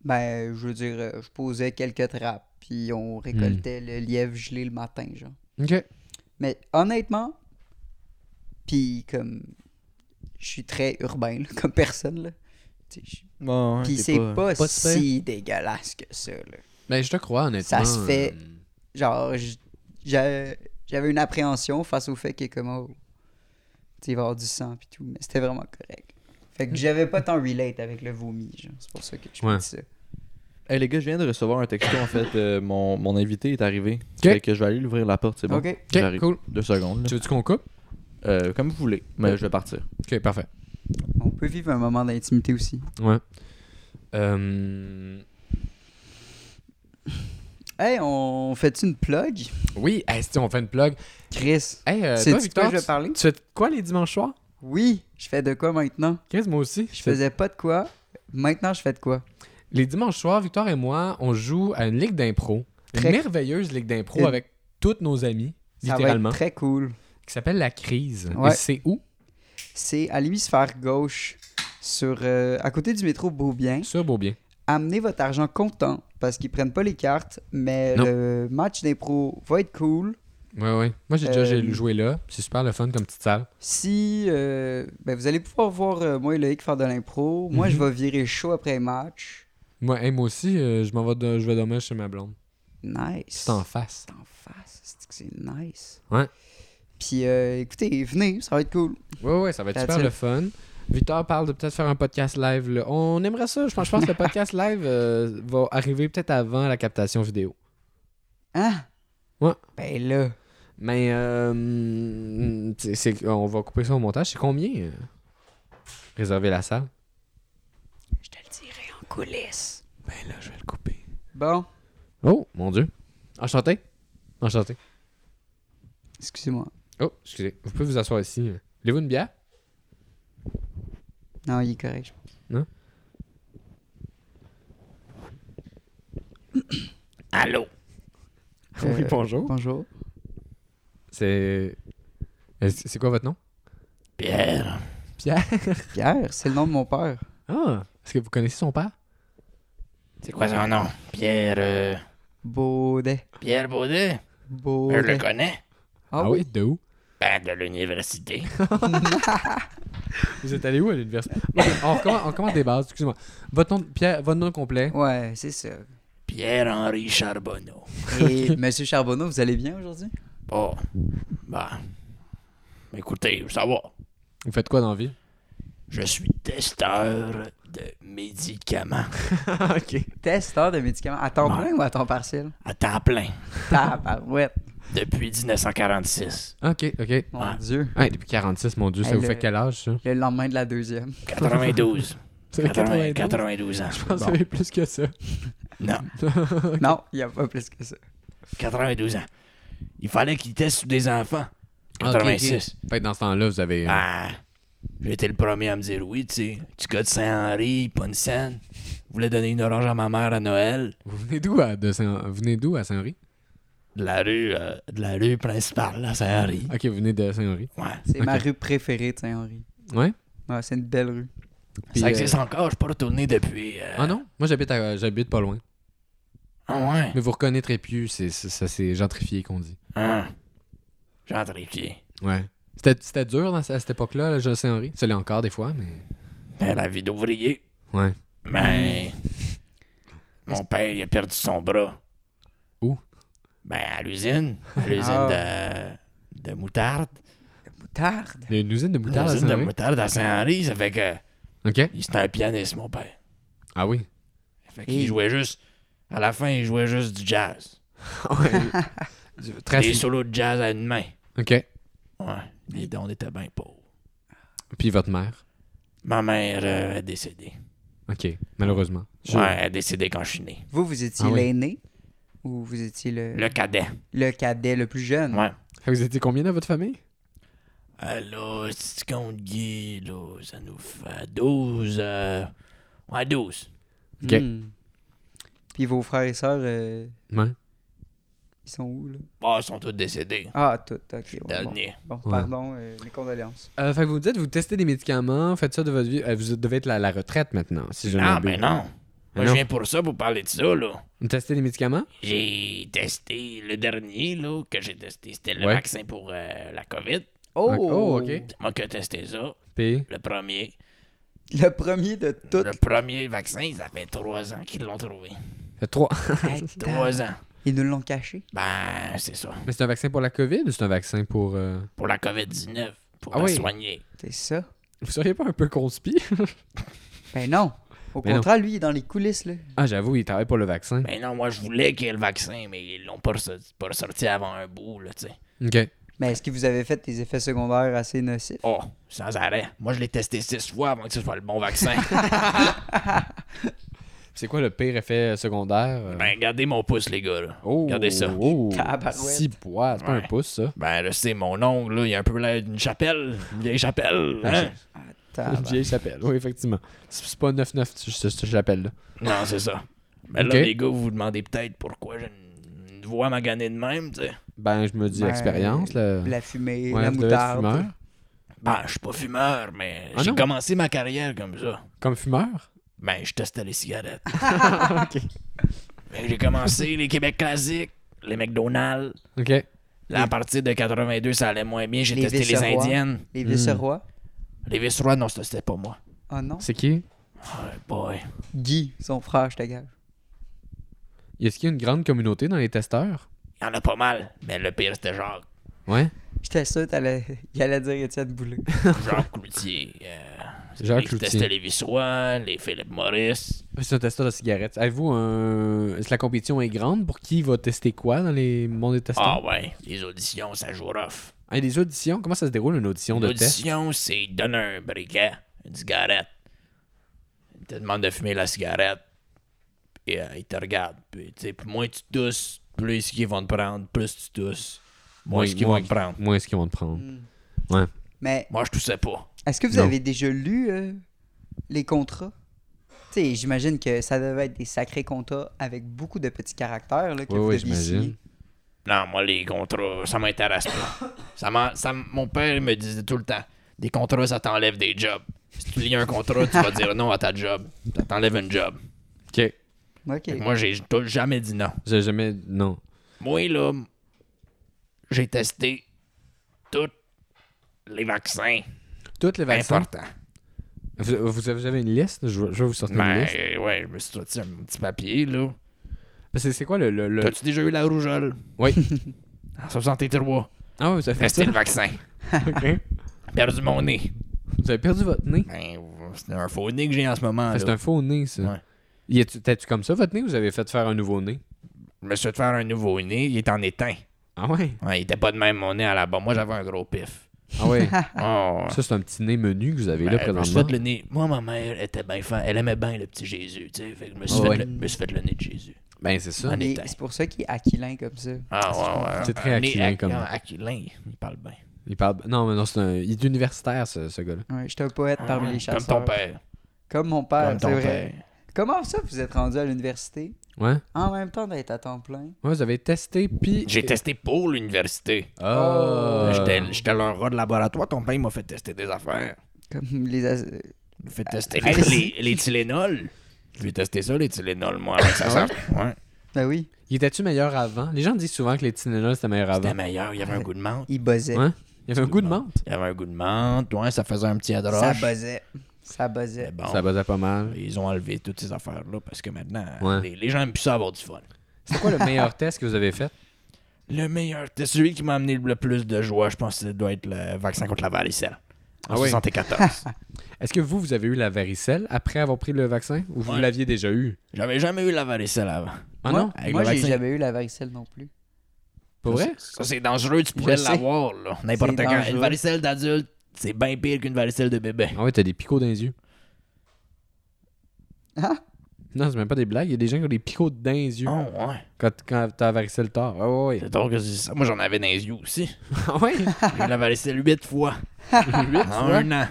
S4: Ben, je veux dire, euh, je posais quelques trappes, puis on récoltait
S2: Hmm.
S4: le lièvre gelé le matin, genre.
S2: Ok.
S4: Mais honnêtement, puis comme. Je suis très urbain, là, comme personne, là. Tu sais, je-
S3: Bon, ouais,
S4: Puis
S3: t'es
S4: c'est
S3: pas-
S4: pas,
S2: pas si
S4: si dégueulasse que ça, là.
S2: Ben, je te crois, honnêtement.
S4: Ça se fait.
S2: euh,
S4: Genre, j- j'a- j'avais une appréhension face au fait que, comme, oh, tu sais, il va y avoir du sang, puis tout, mais c'était vraiment correct. Fait que j'avais pas tant relate avec le vomi, genre. C'est pour ça que je
S2: Ouais.
S4: me dis ça.
S3: Hey les gars, je viens de recevoir un texto en fait. Euh, mon, mon invité est arrivé. Fait que je vais aller lui ouvrir la porte, c'est bon.
S4: Ok.
S2: Ok,
S3: J'arrive.
S2: cool.
S3: Deux secondes. là.
S2: Tu veux-tu qu'on coupe?
S3: Euh, comme vous voulez, mais je vais partir.
S2: Ok, parfait.
S4: On peut vivre un moment d'intimité aussi.
S2: Ouais. Euh,
S4: Hey, on fait une plug?
S2: Oui, hey, si on fait une plug.
S4: Chris,
S2: Hey, euh,
S4: Sais-tu
S2: toi,
S4: de
S2: Victor,
S4: quoi je vais
S2: tu-
S4: parler?
S2: tu fais de quoi les dimanches soirs?
S4: oui, je fais de quoi maintenant?
S2: Chris, moi aussi.
S4: Je faisais pas de quoi. Maintenant, je fais de quoi?
S2: Les dimanches soirs, Victor et moi, on joue à une ligue d'impro. Une
S4: Très-
S2: merveilleuse ligue d'impro
S4: Une-
S2: avec tous nos amis,
S4: Ça va être
S2: littéralement,
S4: très cool.
S2: qui s'appelle La Crise.
S4: Ouais.
S2: Et c'est où?
S4: C'est à l'hémisphère gauche, sur, euh, à côté du métro Beaubien.
S2: Sur Beaubien.
S4: amenez votre argent comptant parce qu'ils prennent pas les cartes, mais
S2: Non.
S4: le match d'impro va être cool.
S2: Ouais, ouais. Moi, j'ai déjà
S4: Euh,
S2: j'ai joué là. C'est super le fun comme petite salle.
S4: Si euh, ben, vous allez pouvoir voir euh, moi et Loïc faire de l'impro, moi
S2: Mhm.
S4: je vais virer chaud après le match.
S2: Moi, hey, moi aussi, euh, je m'en vais, de- je vais dormir chez ma blonde.
S4: Nice.
S2: C'est en face.
S4: C'est en face, c'est que c'est nice.
S2: Ouais.
S4: Puis euh, écoutez, venez, ça va être cool.
S2: Ouais, ouais, ça va être
S4: That's
S2: super
S4: it.
S2: le fun. Victor parle de peut-être faire un podcast live. là. On aimerait ça. Je pense, je pense que le podcast live euh, va arriver peut-être avant la captation vidéo.
S4: Hein?
S2: Ouais.
S4: Ben là,
S2: Mais euh, c'est- c'est- on va couper ça au montage. C'est combien euh, réserver la salle?
S4: je te le dirai en coulisses.
S2: Ben là, je vais le couper.
S4: Bon,
S2: Oh, mon Dieu. Enchanté. Enchanté.
S4: excusez-moi.
S2: Oh, excusez. Vous pouvez vous asseoir ici. Voulez-vous une bière?
S4: Non, il est correct. je pense.
S2: Non?
S4: Allô?
S2: Oui, bonjour.
S4: Bonjour.
S2: C'est... Est-ce- C'est quoi votre nom?
S11: Pierre.
S2: Pierre.
S4: Pierre, c'est le nom de mon père.
S2: Ah, est-ce que vous connaissez son père?
S11: C'est quoi son nom? Pierre. euh,
S4: Baudet.
S11: Pierre Baudet. Je le
S4: Baudet.
S11: connais.
S4: Ah, oui.
S2: De où?
S11: Ben, de l'université.
S2: Vous êtes allé où à *laughs* l'université? Bon, on, recommence, on recommence des bases, excusez-moi. Votre nom, de- Pierre, votre nom complet?
S4: Ouais, c'est ça.
S11: Pierre-Henri Charbonneau. *laughs*
S4: Et Monsieur Charbonneau, vous allez bien aujourd'hui?
S11: Oh. Ben. Écoutez, ça va.
S2: Vous faites quoi dans la vie?
S11: Je suis testeur de médicaments.
S2: ok.
S4: Testeur de médicaments. À temps
S11: Ouais.
S4: plein ou à temps partiel?
S11: À temps plein.
S4: Tabarouette.
S11: Depuis
S2: *laughs*
S11: 1946.
S2: Ok, ok.
S4: Mon
S11: Ouais.
S4: Dieu.
S2: Ouais, depuis 46, mon Dieu, ça
S4: Hey,
S2: vous
S4: le-
S2: fait quel âge, ça?
S4: Le lendemain de
S2: *laughs*
S4: la deuxième.
S11: 92.
S2: 92.
S11: 80, 92 ans.
S2: Je pense
S11: Bon.
S2: que c'est plus que ça.
S11: Non,
S4: Non, il n'y a pas plus que ça.
S11: 92 ans. Il fallait qu'il teste sur des enfants. 86.
S2: Fait que dans ce temps-là, vous avez.
S11: Ah, j'étais le premier à me dire oui, tu sais. Tu gars de Saint-Henri, Ponsen. Je voulais donner une orange à ma mère à Noël.
S2: Vous venez d'où à, de Saint... vous venez d'où à Saint-Henri?
S11: De la rue, euh, de la rue principale, à Saint-Henri.
S2: Ok, vous venez de Saint-Henri.
S11: Ouais.
S4: C'est ma rue préférée de Saint-Henri.
S2: Ouais?
S4: Ouais, c'est une belle rue.
S2: Puis, euh,
S11: ça existe encore, je suis pas retourné depuis. euh,
S2: Ah non? Moi, j'habite à... j'habite pas loin.
S11: Ah ouais.
S2: Mais vous reconnaîtrez plus, c'est... c'est- ça s'est gentrifié qu'on dit.
S11: Hein. Gentrifié.
S2: Ouais. C'était, c'était dur dans- à cette époque-là, le jeu Saint-Henri. Ça l'est encore des fois, mais.
S11: Ben, la vie d'ouvrier.
S2: Ouais.
S11: Mais. Mon père, il a perdu son bras.
S2: Où?
S11: Ben, à l'usine. À l'usine
S2: Ah.
S11: de. de moutarde.
S4: Moutarde.
S2: Il y a une usine de moutarde à
S11: L'usine de
S2: Saint-Henri.
S11: moutarde à Saint-Henri, ça fait que.
S2: Ok.
S11: Il était un pianiste, mon père.
S2: Ah oui.
S11: Fait qu'il jouait juste. À la fin, il jouait juste du jazz.
S2: Du- Très
S11: Des
S2: fin-
S11: solos de jazz à une main.
S2: Ok.
S11: Ouais. Les dons étaient bien pauvres.
S2: Puis votre mère.
S11: Ma mère euh, est décédée.
S2: Ok. Malheureusement. Je-
S11: Ouais, elle est décédée quand je suis né.
S4: Vous, vous étiez
S2: Ah oui.
S4: l'aîné ou vous étiez le,
S11: Le cadet.
S4: le cadet le plus jeune?
S11: Ouais.
S2: Vous étiez combien dans votre famille?
S11: Euh, là, si tu comptes Guy, là, ça nous fait 12. euh, Ouais, 12.
S2: Ok.
S4: Hmm. Puis vos frères et sœurs, euh,
S2: Ouais.
S4: ils sont où, là?
S11: Ah, ils sont tous décédés.
S4: Ah, tout, ok. ouais, bon,
S11: Dernier.
S4: Bon, pardon, euh, mes condoléances.
S2: Euh, fait que vous me dites, vous testez des médicaments, faites ça de votre vie. Euh, vous devez être à la retraite maintenant, si je ne
S11: Ah,
S2: m'abuse.
S11: ben non.
S2: Mais
S11: Moi, je
S2: non.
S11: viens pour ça, pour parler de ça, là.
S2: Vous testez des médicaments?
S11: J'ai testé le dernier, là, que j'ai testé. C'était le
S2: Ouais.
S11: vaccin pour euh, la COVID.
S4: Oh!
S2: Oh, ok.
S11: C'est moi qui ai testé ça.
S2: Puis,
S11: Le premier.
S4: Le premier de tout.
S11: Le premier vaccin, ça fait trois ans qu'ils l'ont trouvé.
S2: fait trois.
S11: Trois ans.
S4: Ils nous l'ont caché.
S11: Ben, c'est ça.
S2: Mais c'est un vaccin pour la COVID ou c'est un vaccin pour. euh,
S11: Pour la COVID-19. Pour
S2: Ah
S11: la
S2: oui.
S11: soigner.
S4: C'est ça.
S2: Vous seriez pas un peu conspi?
S4: Ben non. Au
S2: Ben non.
S4: contraire, lui, il est dans les coulisses, là.
S2: *laughs* ah, j'avoue, il travaille pour le vaccin.
S11: Ben non, moi, je voulais qu'il y ait le vaccin, mais ils l'ont pas, ressorti- pas ressorti avant un bout, là, tu sais.
S2: Ok.
S4: Mais est-ce que vous avez fait des effets secondaires assez nocifs?
S3: Oh, sans arrêt. Moi, je l'ai testé six fois avant que ce soit le bon
S2: *laughs*
S3: vaccin.
S2: C'est quoi le pire effet secondaire? euh?
S3: ben, regardez mon pouce, les gars. là.
S2: Oh,
S3: regardez ça.
S2: Oh,
S4: Tabarouette.
S2: six poids, c'est pas un
S3: Ouais.
S2: pouce, ça.
S3: Ben, là, c'est mon ongle, là. Il a un peu l'air d'une chapelle. Une vieille chapelle.
S2: Ah,
S3: hein?
S4: Ah,
S2: Une vieille chapelle, oui, effectivement. C'est c'est pas 9-9, ce- ce chapelle-là.
S3: Non, c'est ça. Mais là,
S2: Ok.
S3: les gars, vous vous demandez peut-être pourquoi j'ai une, une voix maganée de même, tu sais.
S2: Ben, je me dis
S4: Ben,
S2: expérience, là.
S4: La fumée,
S2: Ouais,
S4: la
S2: vous devez être
S4: moutarde.
S2: fumeur.
S3: Ben, je suis pas fumeur, mais
S2: Ah
S3: j'ai
S2: non?
S3: commencé ma carrière comme ça.
S2: Comme fumeur?
S3: Ben, je testais les cigarettes. Ben, j'ai commencé les Québec classiques, les McDonald's.
S2: OK.
S3: Là, à partir de 82, ça allait moins bien. J'ai
S4: Les
S3: testé les
S4: Viceroy.
S3: Indiennes.
S4: Les vice-rois.
S3: Les Viceroy, non, ça, c'était pas moi.
S4: Oh non.
S2: C'est qui?
S3: Ouais, boy.
S4: Guy, son frère, je te gage.
S2: Est-ce qu'il y a une grande communauté dans les testeurs?
S3: Il y en a pas mal, mais le pire, c'était Jacques.
S2: Ouais.
S4: J'étais sûr qu'il allait dire Étienne Boulay.
S2: *laughs*
S3: Jacques Cloutier. euh, c'est
S2: Jacques
S3: lui qui
S2: Cloutier.
S3: testait les Viceroy, les Philippe Maurice.
S2: C'est un testeur de cigarettes. Avez-vous un. Est-ce que la compétition est grande pour qui va tester quoi dans les mondes des
S3: Ah
S2: testeurs?
S3: ouais, les auditions, ça joue rough.
S2: Ah, des auditions? Comment ça se déroule une audition de test?
S3: L'audition, c'est donner un briquet, une cigarette. Il te demande de fumer la cigarette. Et euh, il te regarde. Puis, tu sais, plus moins tu tousses, plus qu'ils vont te prendre, plus tu tousses, moins
S2: Moins-
S3: ce qu'ils
S2: moins
S3: vont te prendre.
S2: Moi, est-ce qu'ils vont te prendre?
S4: Mais
S3: Moi, je toussais pas.
S4: est-ce que vous
S2: Non.
S4: avez déjà lu euh, les contrats? Tu sais, j'imagine que ça devait être des sacrés contrats avec beaucoup de petits caractères là, que
S2: Oui,
S4: vous
S2: oui,
S4: deviez
S2: j'imagine.
S4: signer.
S3: Non, moi, les contrats, ça m'intéresse pas. ça m'en- ça m- mon père il me disait tout le temps des contrats, ça t'enlève des jobs. Si tu lis un contrat, tu vas dire non à ta job. Ça t'enlève une job.
S2: OK.
S4: OK.
S3: Fait que Moi, j'ai tout- jamais dit non.
S2: J'ai jamais. Non.
S3: Moi, là, j'ai testé tous les vaccins
S2: Toutes les vaccins.
S3: importants.
S2: Vous, vous avez jamais une liste? Je, vais- je vais vous sortir une
S3: Ben,
S2: liste.
S3: euh, ouais, je me suis sorti un petit papier, là.
S2: C'est c'est quoi le. le, le-
S3: T'as-tu déjà eu la rougeole?
S2: Oui.
S3: *laughs* En 63.
S2: Ah, vous avez fait ça?
S3: Testé le vaccin.
S2: *laughs* OK.
S3: Perdu mon nez.
S2: Vous avez perdu votre nez?
S3: Ben, c'est un faux nez que j'ai en ce moment,
S2: Fait que C'est
S3: là.
S2: un faux nez, ça.
S3: Ouais.
S2: Y a-tu- T'as-tu comme ça votre nez ou vous avez fait faire un nouveau nez?
S3: Je me suis fait faire un nouveau nez, il est en éteint.
S2: Ah ouais?
S3: Ouais, il était pas de même mon nez à la base. Moi, j'avais un gros pif.
S2: Ah *laughs* ouais?
S3: Oh.
S2: ça, c'est un petit nez menu que vous avez
S3: Ben,
S2: là
S3: je me suis fait
S2: présentement.
S3: le nez. Moi, ma mère était bien fan. Elle aimait bien le petit Jésus, tu sais. Fait que je me suis,
S2: Ah
S3: fait,
S2: ouais.
S3: le... je me suis fait le nez de Jésus.
S2: Ben, c'est ça.
S3: Un
S4: Et
S3: éteint.
S4: C'est pour ça qu'il est aquilin comme ça.
S3: Ah ouais, ouais.
S2: C'est très
S3: Un nez
S2: aquilin,
S3: aqu-
S2: comme-
S3: ah, Aquilin, il parle bien.
S2: Il parle. Non, mais non, c'est un. Il est universitaire, ce, ce gars-là.
S4: Ouais, J'étais un poète parmi les
S3: Ah, Comme
S4: chasseurs.
S3: ton père.
S4: Comme mon
S3: Comme
S4: père, c'est
S3: ton
S4: vrai.
S3: père.
S4: Comment ça vous êtes rendu à l'université
S2: Ouais?
S4: en même temps d'être à temps plein?
S2: Ouais, vous avez testé, puis.
S3: J'ai testé pour l'université.
S2: Oh!
S3: J'étais j'étais leur rat de laboratoire. Ton père il m'a fait tester des affaires.
S4: Comme les... as- euh,
S3: Il m'a fait tester les, les, les Tylenol. Je vais tester ça, les Tylenol, moi, avec sa sœur. Ouais.
S4: Ben oui,
S2: Il était-tu meilleur avant? Les gens disent souvent que les Tylenol, c'était meilleur
S3: C'était
S2: avant.
S3: meilleur. Il y avait un goût de menthe.
S4: il buzzait.
S2: Ouais? Il y avait un goût de menthe.
S3: Il y avait un goût de menthe. Ouais, ça faisait un petit
S4: Ça
S3: adroche.
S4: buzzait. Ça buzzait.
S3: Mais bon,
S2: Ça basait pas mal.
S3: ils ont enlevé toutes ces affaires-là parce que maintenant,
S2: Ouais.
S3: les, les gens aiment plus ça avoir du fun.
S2: C'est
S3: *laughs*
S2: quoi le meilleur test que vous avez fait?
S3: Le meilleur test, celui qui m'a amené le plus de joie, je pense que ça doit être le vaccin contre la varicelle. En
S2: Ah oui. *laughs*
S3: 74.
S2: Est-ce que vous, vous avez eu la varicelle après avoir pris le vaccin ou vous
S3: Ouais.
S2: l'aviez déjà eu?
S3: J'avais jamais eu la varicelle avant.
S2: Ah
S4: moi,
S2: non?
S3: Avec
S4: moi,
S3: le
S4: j'ai
S3: vaccin.
S4: jamais eu la varicelle non plus.
S2: Pas vrai?
S3: Ça, c'est dangereux, tu pourrais
S2: sais.
S3: l'avoir, là. N'importe
S4: C'est
S3: quand.
S4: dangereux.
S3: Une varicelle d'adulte, c'est bien pire qu'une varicelle de bébé.
S2: Ah ouais, t'as des picots dans les yeux.
S4: Ah!
S2: Non, c'est même pas des blagues. Il y a des gens qui ont des picots dans les yeux
S3: Oh, ouais.
S2: quand, quand t'as la varicelle tard. Ah
S3: *laughs*
S2: ouais, ouais.
S3: C'est drôle que tu dises ça. Moi, j'en avais dans les yeux aussi.
S2: Ah ouais?
S3: J'ai eu la varicelle huit fois. *laughs* Huit en
S2: fois?
S3: un an.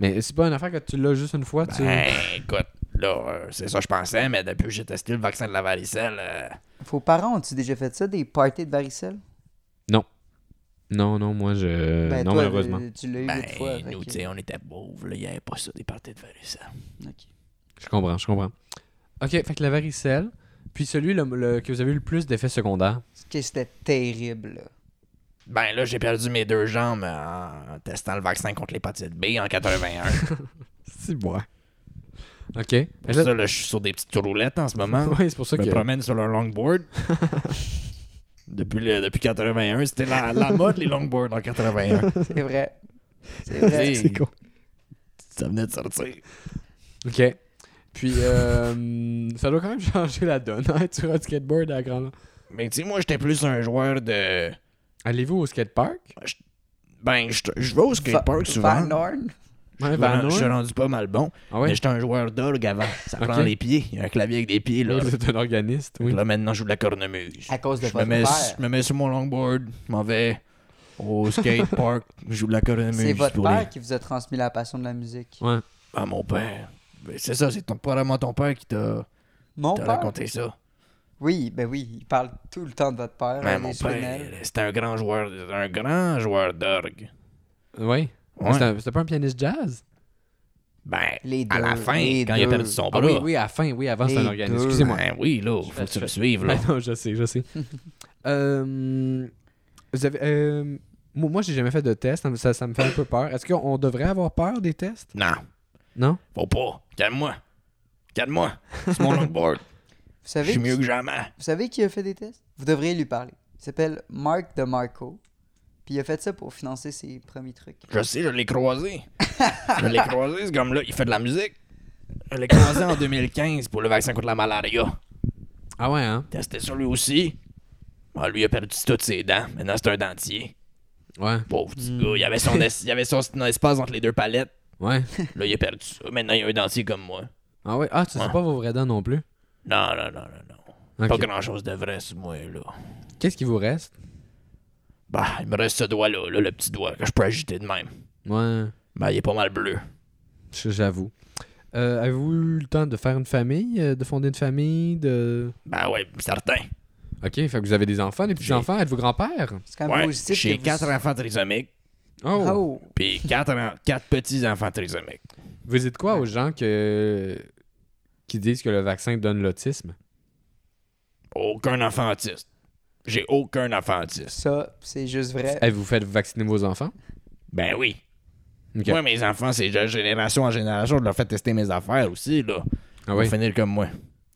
S2: Mais c'est pas une affaire que tu l'as juste une fois. Tu...
S3: Ben, écoute, là, euh, c'est ça que je pensais, mais depuis que j'ai testé le vaccin de la varicelle, euh,
S4: Vos parents ont-tu déjà fait ça, des parties de varicelle?
S2: Non, non, moi, je. non,
S4: toi,
S2: malheureusement.
S4: euh, tu l'as eu
S3: ben,
S4: une fois. fait
S3: nous,
S4: que-
S3: tu sais, on était pauvres, là. Il n'y avait pas ça, des parties de varicelle.
S4: Ok.
S2: Je comprends, je comprends. Ok, fait que la varicelle, puis celui le, le- que vous avez eu le plus d'effets secondaires.
S4: Parce que c'était terrible. là.
S3: Ben, là, j'ai perdu mes deux jambes en testant le vaccin contre l'hépatite B en 81.
S2: *laughs* C'est bon. Ok. Fait que
S3: Pour
S2: là-
S3: ça, là, je suis sur des petites roulettes en ce moment.
S2: *laughs* Ouais, c'est pour ça
S3: Je me
S2: que.
S3: promène sur un
S4: *laughs*
S3: longboard. depuis, le- depuis 81, c'était la, la mode, les longboards en
S4: *laughs*
S3: 81.
S2: *laughs*
S4: C'est vrai. C'est
S3: Hey,
S4: vrai.
S2: con.
S3: Ça venait de sortir.
S2: Ok. Puis, euh, *laughs* ça doit quand même changer la donne, hein, tu vois, du skateboard à grand
S3: Mais tu sais, moi, j'étais plus un joueur de.
S2: Allez-vous au skatepark?
S3: Ben, je, je vais au skatepark souvent.
S4: Van Horn?
S3: Je suis
S2: Van
S3: rendu- je suis
S2: Horn?
S3: rendu pas mal bon.
S2: Ah ouais?
S3: Mais j'étais un joueur d'orgue avant. Ça
S2: Ok.
S3: prend les pieds. Il y a un clavier avec des pieds, là.
S2: Vous êtes un organiste, oui.
S3: Là, maintenant, je joue de la cornemuse.
S4: À cause de
S3: Je me,
S4: votre
S3: mets,
S4: père.
S3: je me mets sur mon longboard, je m'en vais au
S4: *laughs*
S3: skatepark, je joue de la cornemuse.
S4: C'est votre
S3: pour
S4: père
S3: les-
S4: qui vous a transmis la passion de la musique.
S2: Ouais.
S3: Ah, mon père. Ben, C'est ça, c'est ton, probablement ton père qui t'a
S4: Mon
S3: t'a
S4: père.
S3: raconté ça.
S4: Oui, ben oui, il parle tout le temps de votre père.
S3: Mais
S4: euh,
S3: Ben, mon
S4: des
S3: père,
S4: Swinell.
S3: c'était un grand joueur, un grand joueur d'orgue.
S2: Oui.
S3: Ouais.
S2: C'était c'était pas un pianiste jazz?
S3: Ben,
S4: Les deux.
S3: à la fin,
S4: les
S3: quand il a
S4: deux.
S3: perdu son
S2: Ah
S3: bras.
S2: oui, oui, à la fin, oui, avant c'était un
S4: Les
S2: organiste.
S4: deux.
S2: Excusez-moi.
S3: Ben oui, là, faut que tu me suives,
S2: *laughs*
S3: là.
S2: Ben non, je sais, je sais. Euh, vous avez, euh, moi, moi, j'ai jamais fait de test. hein, ça me- Ça, ça me fait un peu peur. Est-ce qu'on devrait avoir peur des tests?
S3: Non,
S2: Non?
S3: faut pas. Calme-moi. Calme-moi. C'est mon longboard.
S4: Vous
S3: Je
S4: savez,
S3: suis
S4: qui-
S3: mieux que jamais.
S4: vous savez qui a fait des tests? Vous devriez lui parler. Il s'appelle Mark DeMarco. Puis il a fait ça pour financer ses premiers trucs.
S3: Je sais, je l'ai croisé. je l'ai croisé, ce gomme-là. Il fait de la musique. Je l'ai croisé en 2015 pour le vaccin contre la malaria.
S2: Ah ouais, hein?
S3: Testé sur lui aussi. Ah, lui, il a perdu toutes ses dents. Maintenant, c'est un dentier.
S2: Ouais.
S3: Pauvre petit gars. Il avait son, es- il avait son espace entre les deux palettes.
S2: Ouais.
S3: Là, il a perdu ça. Maintenant, il a un dentier comme moi.
S2: Ah ouais. Ah, tu sais
S3: Ouais.
S2: pas vos vrais dents non plus.
S3: Non, non, non, non, non.
S2: Ok.
S3: Pas grand-chose de vrai sur moi, là.
S2: Qu'est-ce qui vous reste?
S3: Bah, il me reste ce doigt-là, là, le petit doigt que je peux agiter de même.
S2: Ouais.
S3: Bah, il est pas mal bleu.
S2: Je- J'avoue. Euh, Avez-vous eu le temps de faire une famille, euh, de fonder une famille, de...
S3: Bah ouais, certain.
S2: Ok, fait que vous avez des enfants, des petits-enfants, êtes-vous grand-père?
S4: C'est quand même
S3: Ouais,
S4: positif.
S3: j'ai
S4: que vous-
S3: quatre enfants trisomiques,
S2: oh!
S4: Oh,
S3: puis quatre, en- quatre petits-enfants trisomiques.
S2: Vous dites quoi aux gens que... qui disent que le vaccin donne l'autisme?
S3: Aucun enfant autiste. J'ai aucun enfant autiste.
S4: ça, c'est juste vrai.
S2: Eh, vous faites vacciner vos enfants?
S3: Ben oui.
S2: Ok.
S3: Moi, mes enfants, c'est de génération en génération. Je leur fais tester mes affaires aussi, là.
S2: Ah
S3: Pour
S2: oui?
S3: finir comme moi.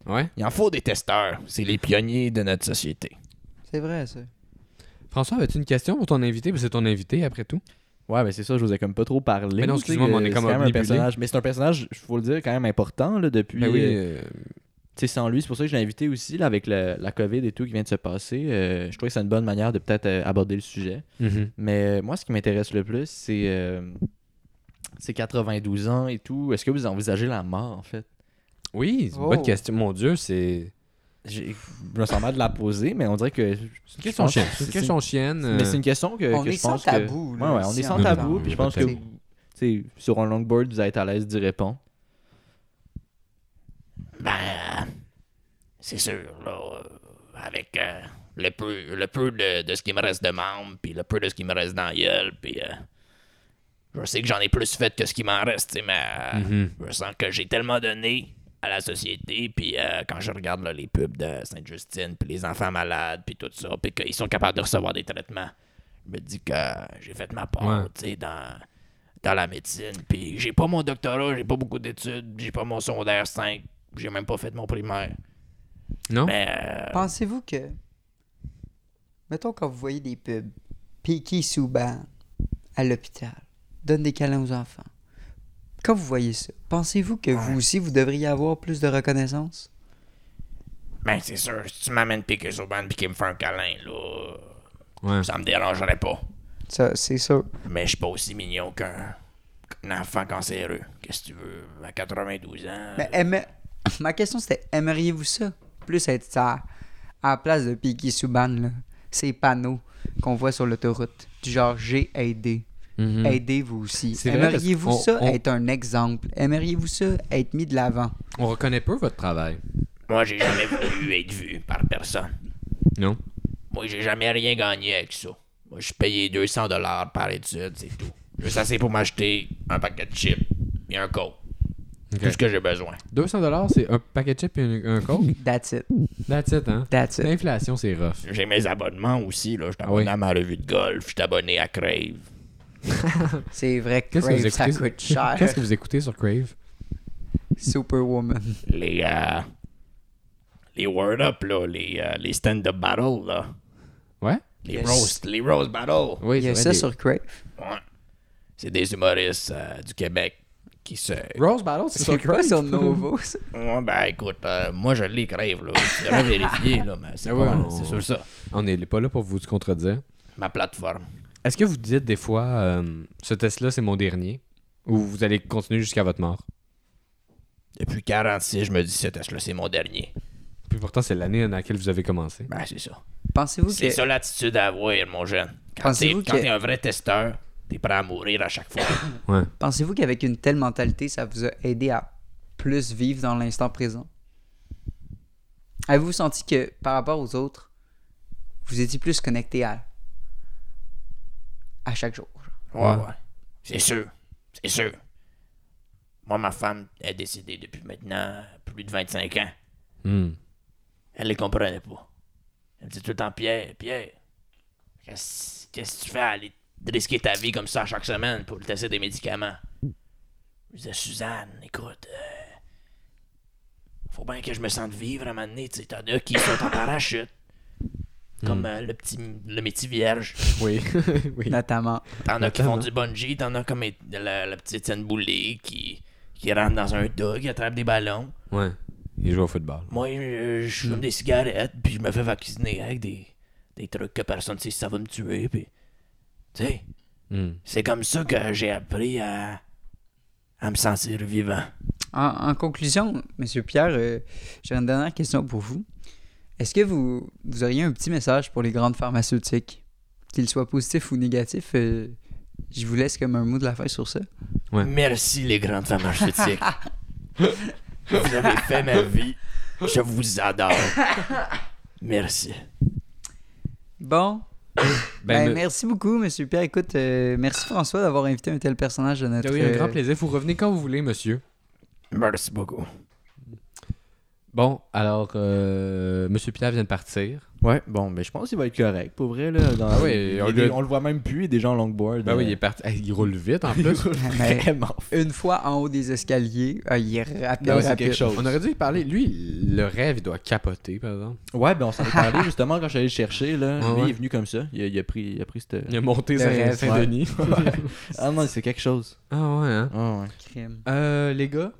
S2: Ouais.
S3: Il en faut des testeurs. C'est les pionniers de notre société.
S4: C'est vrai, ça.
S2: François, avais-tu une question pour ton invité? Parce que c'est ton invité, après tout.
S12: Ouais, mais c'est ça, je vous ai comme pas trop parlé.
S2: Mais non,
S12: tu sais,
S2: excuse-moi, mais on
S12: euh,
S2: est comme
S12: c'est quand même un
S2: omnibulé.
S12: personnage. Mais c'est un personnage, il faut le dire, quand même important là, depuis.
S2: Ben oui,
S12: euh,
S2: euh,
S12: tu sais, sans lui, c'est pour ça que je l'ai invité aussi, là, avec le- la COVID et tout qui vient de se passer. Euh, je trouve que c'est une bonne manière de peut-être euh, aborder le sujet.
S2: mhm.
S12: Mais euh, moi, ce qui m'intéresse le plus, c'est euh, c'est 92 ans et tout. Est-ce que vous envisagez la mort, en fait?
S2: Oui, c'est une
S4: Oh.
S2: bonne question. Mon Dieu, c'est...
S12: J'ai- Je me sens mal de la poser, mais on dirait que...
S2: C'est une question
S12: pense-
S2: chienne. C'est une
S12: c'est-
S2: question chienne.
S12: Mais c'est
S2: euh,
S12: une question que,
S4: On
S12: que
S4: est
S12: je
S4: sans
S12: pense que-
S4: tabou. là,
S12: Ouais, ouais, on
S4: ici,
S12: est
S4: en
S12: sans
S4: même
S12: tabou,
S4: temps.
S12: puis je pense que
S4: peut-être.
S12: vous- tu sais, sur un longboard, vous êtes à l'aise d'y répondre.
S3: Ben, c'est sûr, là, euh, avec euh, le peu, le peu de, de ce qui me reste de membres, puis le peu de ce qui me reste dans la gueule, puis euh, je sais que j'en ai plus fait que ce qui m'en reste, tu sais, mais euh,
S2: Mhm.
S3: je sens que j'ai tellement donné à la société, puis euh, quand je regarde là, les pubs de Sainte-Justine, puis les enfants malades, puis tout ça, puis qu'ils sont capables de recevoir des traitements, je me dis que j'ai fait ma part,
S2: Ouais.
S3: tu sais, dans dans la médecine. Puis j'ai pas mon doctorat, j'ai pas beaucoup d'études, j'ai pas mon secondaire 5, j'ai même pas fait mon primaire.
S2: Non?
S3: Mais euh,
S4: Pensez-vous que. Mettons, quand vous voyez des pubs, Piki Souban à l'hôpital, donne des câlins aux enfants. Quand vous voyez ça, pensez-vous que vous aussi, vous devriez avoir plus de reconnaissance?
S3: ben c'est sûr, si tu m'amènes piquer sur bande puis qu'il me fait un câlin, là,
S2: Ouais.
S3: ça me dérangerait pas.
S4: Ça, c'est sûr.
S3: Mais je suis pas aussi mignon qu'un qu'un enfant cancéreux. Qu'est-ce que tu veux? À 92 ans.
S4: Mais aimez- Ben, Ma question, c'était aimeriez-vous ça? Plus être ça, à la place de Piki Souban, là, ces panneaux qu'on voit sur l'autoroute, du genre j'ai aidé.
S2: Mhm.
S4: Aidez-vous aussi.
S2: C'est vrai, parce
S4: Aimeriez-vous
S2: qu'on-
S4: ça
S2: on-
S4: être un exemple? Aimeriez-vous ça être mis de l'avant?
S2: On reconnaît peu votre travail.
S3: Moi, j'ai jamais voulu être vu par personne.
S2: Non?
S3: Moi, j'ai jamais rien gagné avec ça. Moi, je suis payé 200 dollars par étude, c'est tout. Juste assez pour m'acheter un paquet de chips et un coke. Tout ce que j'ai besoin.
S2: 200 c'est un paquet de chips et un, un
S4: *laughs*
S2: coke?
S4: That's it.
S2: That's it, hein?
S4: That's it.
S2: L'inflation, c'est rough.
S3: J'ai mes abonnements aussi, là. Je suis
S2: Ah oui.
S3: abonné à ma revue de golf, je suis abonné à Crave.
S4: C'est vrai que
S2: Qu'est-ce que vous
S4: Crave,
S2: écoutez?
S4: ça coûte cher.
S2: Qu'est-ce que vous écoutez sur Crave?
S4: Superwoman.
S3: Les, euh, les Word Up, là. Les, euh, les stand-up battles, là.
S2: Ouais?
S3: Les
S4: Yes.
S3: roasts, les roast battles.
S2: Oui,
S4: Il y a
S2: c'est
S4: ça
S2: vrai,
S4: sur Crave.
S3: Ouais. C'est des humoristes euh, du Québec qui se...
S2: des- Rose Battle, c'est sur
S4: C'est quoi
S2: Crave?
S4: sur Novo, ça?
S3: Ouais, ben, écoute, euh, moi, je les Crave, là. Je devrais vérifier, là, mais c'est
S2: Ah ouais,
S3: pas-
S2: *laughs* on-
S3: c'est sûr ça.
S2: On n'est pas là pour vous contredire.
S13: Ma plateforme.
S2: Est-ce que vous dites des fois, euh, ce test-là, c'est mon dernier, ou vous allez continuer jusqu'à votre mort?
S13: Depuis 46, je me dis, ce test-là, c'est mon dernier.
S2: Puis pourtant, c'est l'année dans laquelle vous avez commencé.
S13: Ben, c'est ça.
S4: Pensez-vous
S13: C'est
S4: que.
S13: ça l'attitude à avoir, mon jeune. Quand t'es
S4: Pensez-vous
S13: quand
S4: que-
S13: t'es un vrai testeur, t'es prêt à mourir à chaque
S2: *coughs*
S13: fois.
S2: Ouais.
S4: Pensez-vous qu'avec une telle mentalité, ça vous a aidé à plus vivre dans l'instant présent? Avez-vous senti que par rapport aux autres, vous étiez plus connecté à, à chaque jour?
S13: Ouais, ouais. C'est sûr. C'est sûr. Moi, ma femme est décédée depuis maintenant plus de 25 ans.
S4: Ben,
S2: Hmm.
S13: Elle les comprenait pas. Elle me disait tout le temps, Pierre, Pierre, qu'est-ce qu'est-ce que tu fais à aller te risquer ta vie comme ça chaque semaine pour le tester des médicaments? Je disais, Suzanne, écoute, euh, faut bien que je me sente vivre à un moment donné. Tu sais, t'en as qui sont en parachute.
S2: Hmm.
S13: Comme euh, le petit le métier vierge.
S2: Oui. oui.
S4: Notamment.
S13: T'en as qui font
S2: Notamment.
S13: du bungee, t'en as comme Éti- la, la petite Étienne Boulay qui, qui rentre dans un tas, qui attrape des ballons.
S2: Ouais. Il joue au football.
S13: Moi, euh, je
S2: Mm.
S13: fume des cigarettes, puis je me fais vacciner avec des, des trucs que personne ne sait si ça va me tuer, puis... Tu sais,
S2: Hmm.
S13: c'est comme ça que j'ai appris à, à me sentir vivant.
S4: En, en conclusion, Monsieur Pierre, euh, j'ai une dernière question pour vous. Est-ce que vous, vous auriez un petit message pour les grandes pharmaceutiques? Qu'il soit positif ou négatif, euh, je vous laisse comme un mot de la fin sur ça.
S2: Ouais.
S13: Merci, les grandes
S2: *laughs*
S13: pharmaceutiques. vous avez fait ma vie. Je vous adore. Merci.
S4: Bon.
S2: Ben,
S4: Ben,
S2: le-
S4: Merci beaucoup, Monsieur Pierre. Écoute, euh, merci François d'avoir invité un tel personnage de
S3: Ben
S4: notre.
S2: Ben Oui, un grand
S4: euh,
S2: plaisir. Vous revenez quand vous voulez, monsieur.
S13: Merci beaucoup.
S2: Bon, alors, euh, monsieur Pierre vient de partir.
S3: Ouais, bon, mais je pense qu'il va être correct. Pour vrai, là. Dans...
S2: Ah ouais,
S3: il-
S2: on
S3: il-
S2: le-
S3: on le voit même plus, il est déjà en longboard. euh,
S2: Ben oui, il est parti. Hey, *laughs* il roule vite en plus.
S3: *laughs*
S4: mais
S3: Vraiment.
S4: une fois en haut des escaliers, euh, il est rapide.
S3: Non, Ben c'est
S4: rapide.
S3: quelque chose.
S2: On aurait dû y parler. Lui, le rêve, il doit capoter, par exemple.
S3: Ouais, ben on s'en est
S2: *laughs*
S3: parlé justement quand j'allais le chercher, là.
S2: Ouais,
S3: lui,
S2: ouais.
S3: il est venu comme ça. Il a, il a pris, il a pris cette.
S2: Il a monté
S4: Le
S2: Saint-
S4: rêve.
S2: Saint-Denis.
S3: *laughs* Ah non, c'est quelque chose.
S2: Ah ouais, hein?
S3: Ah ouais.
S4: Crime.
S2: Euh, les gars,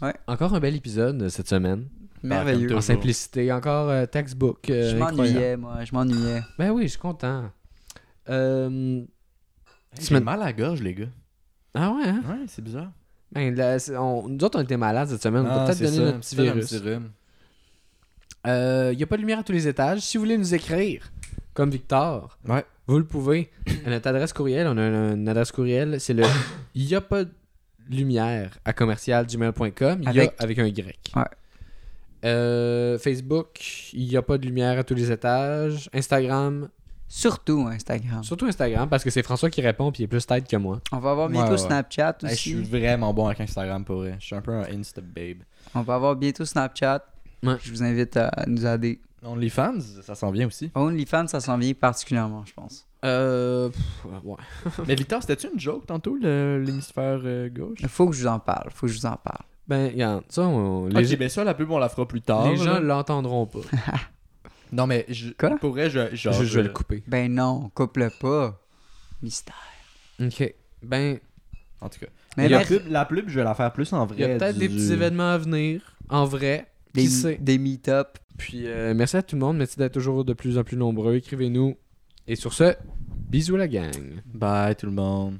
S4: Ouais.
S2: encore un bel épisode euh, cette semaine.
S3: ben,
S4: Merveilleux.
S2: En simplicité, encore euh, textbook. euh,
S4: je
S2: incroyable.
S4: m'ennuyais, moi. Je m'ennuyais.
S2: Ben oui, je suis content. Euh,
S3: Hey,
S2: Semaine-
S3: J'ai mal à la gorge, les gars.
S2: Ah ouais, hein?
S3: Ouais, c'est bizarre.
S2: Ben, la- c'est- on- nous autres, on était malades cette semaine. On va
S3: Ah,
S2: peut-être
S3: c'est
S2: donner
S3: ça,
S2: notre petit
S3: peut-être un
S2: virus.
S3: petit rhume.
S2: Il n'y Euh, a pas de lumière à tous les étages. Si vous voulez nous écrire, comme Victor,
S3: Ouais.
S2: vous le pouvez. À notre adresse courriel, on a une, une adresse courriel, c'est le *coughs* il n'y a pas de lumière à commercialgmail.com. Il y a
S4: Avec-
S2: avec un grec.
S4: Ouais.
S2: Euh, Facebook, il n'y a pas de lumière à tous les étages. Instagram,
S4: Surtout Instagram.
S2: surtout Instagram, parce que c'est François qui répond puis il est plus tête que moi.
S4: On va avoir
S3: Ouais,
S4: bientôt
S3: ouais.
S4: Snapchat
S3: Hey, je
S4: aussi.
S3: suis vraiment bon avec Instagram pour vrai. Je suis un peu un Insta babe.
S4: On va avoir bientôt Snapchat.
S2: Ouais.
S4: Je vous invite à nous aider.
S3: OnlyFans, ça s'en vient aussi.
S4: OnlyFans, ça s'en vient particulièrement, je pense.
S2: Euh, pff, ouais.
S3: *laughs* Mais Victor, c'était-tu une joke tantôt, le- l'hémisphère euh, gauche?
S4: Il faut que je vous en parle. faut que je vous en parle.
S2: Ben, regarde, ça, on- les,
S3: Les... Ok, ben ça, la pub, on la fera plus tard.
S2: les gens
S3: là.
S2: l'entendront pas.
S3: Non, mais je...
S4: Quoi?
S3: pour vrai, je... genre,
S2: je, je vais le couper.
S4: Ben non, couple pas. Mystère.
S2: Ok. Ben,
S3: En tout cas,
S4: Mais
S3: la,
S4: merci.
S3: pub, la pub, je vais la faire plus en vrai.
S2: il y a peut-être
S3: du-
S2: des petits événements à venir, en vrai. Qui
S4: des,
S2: sait?
S4: des meet-up.
S2: Puis euh, merci à tout le monde. Merci d'être toujours de plus en plus nombreux. Écrivez-nous. Et sur ce, bisous la gang.
S3: Bye tout le monde.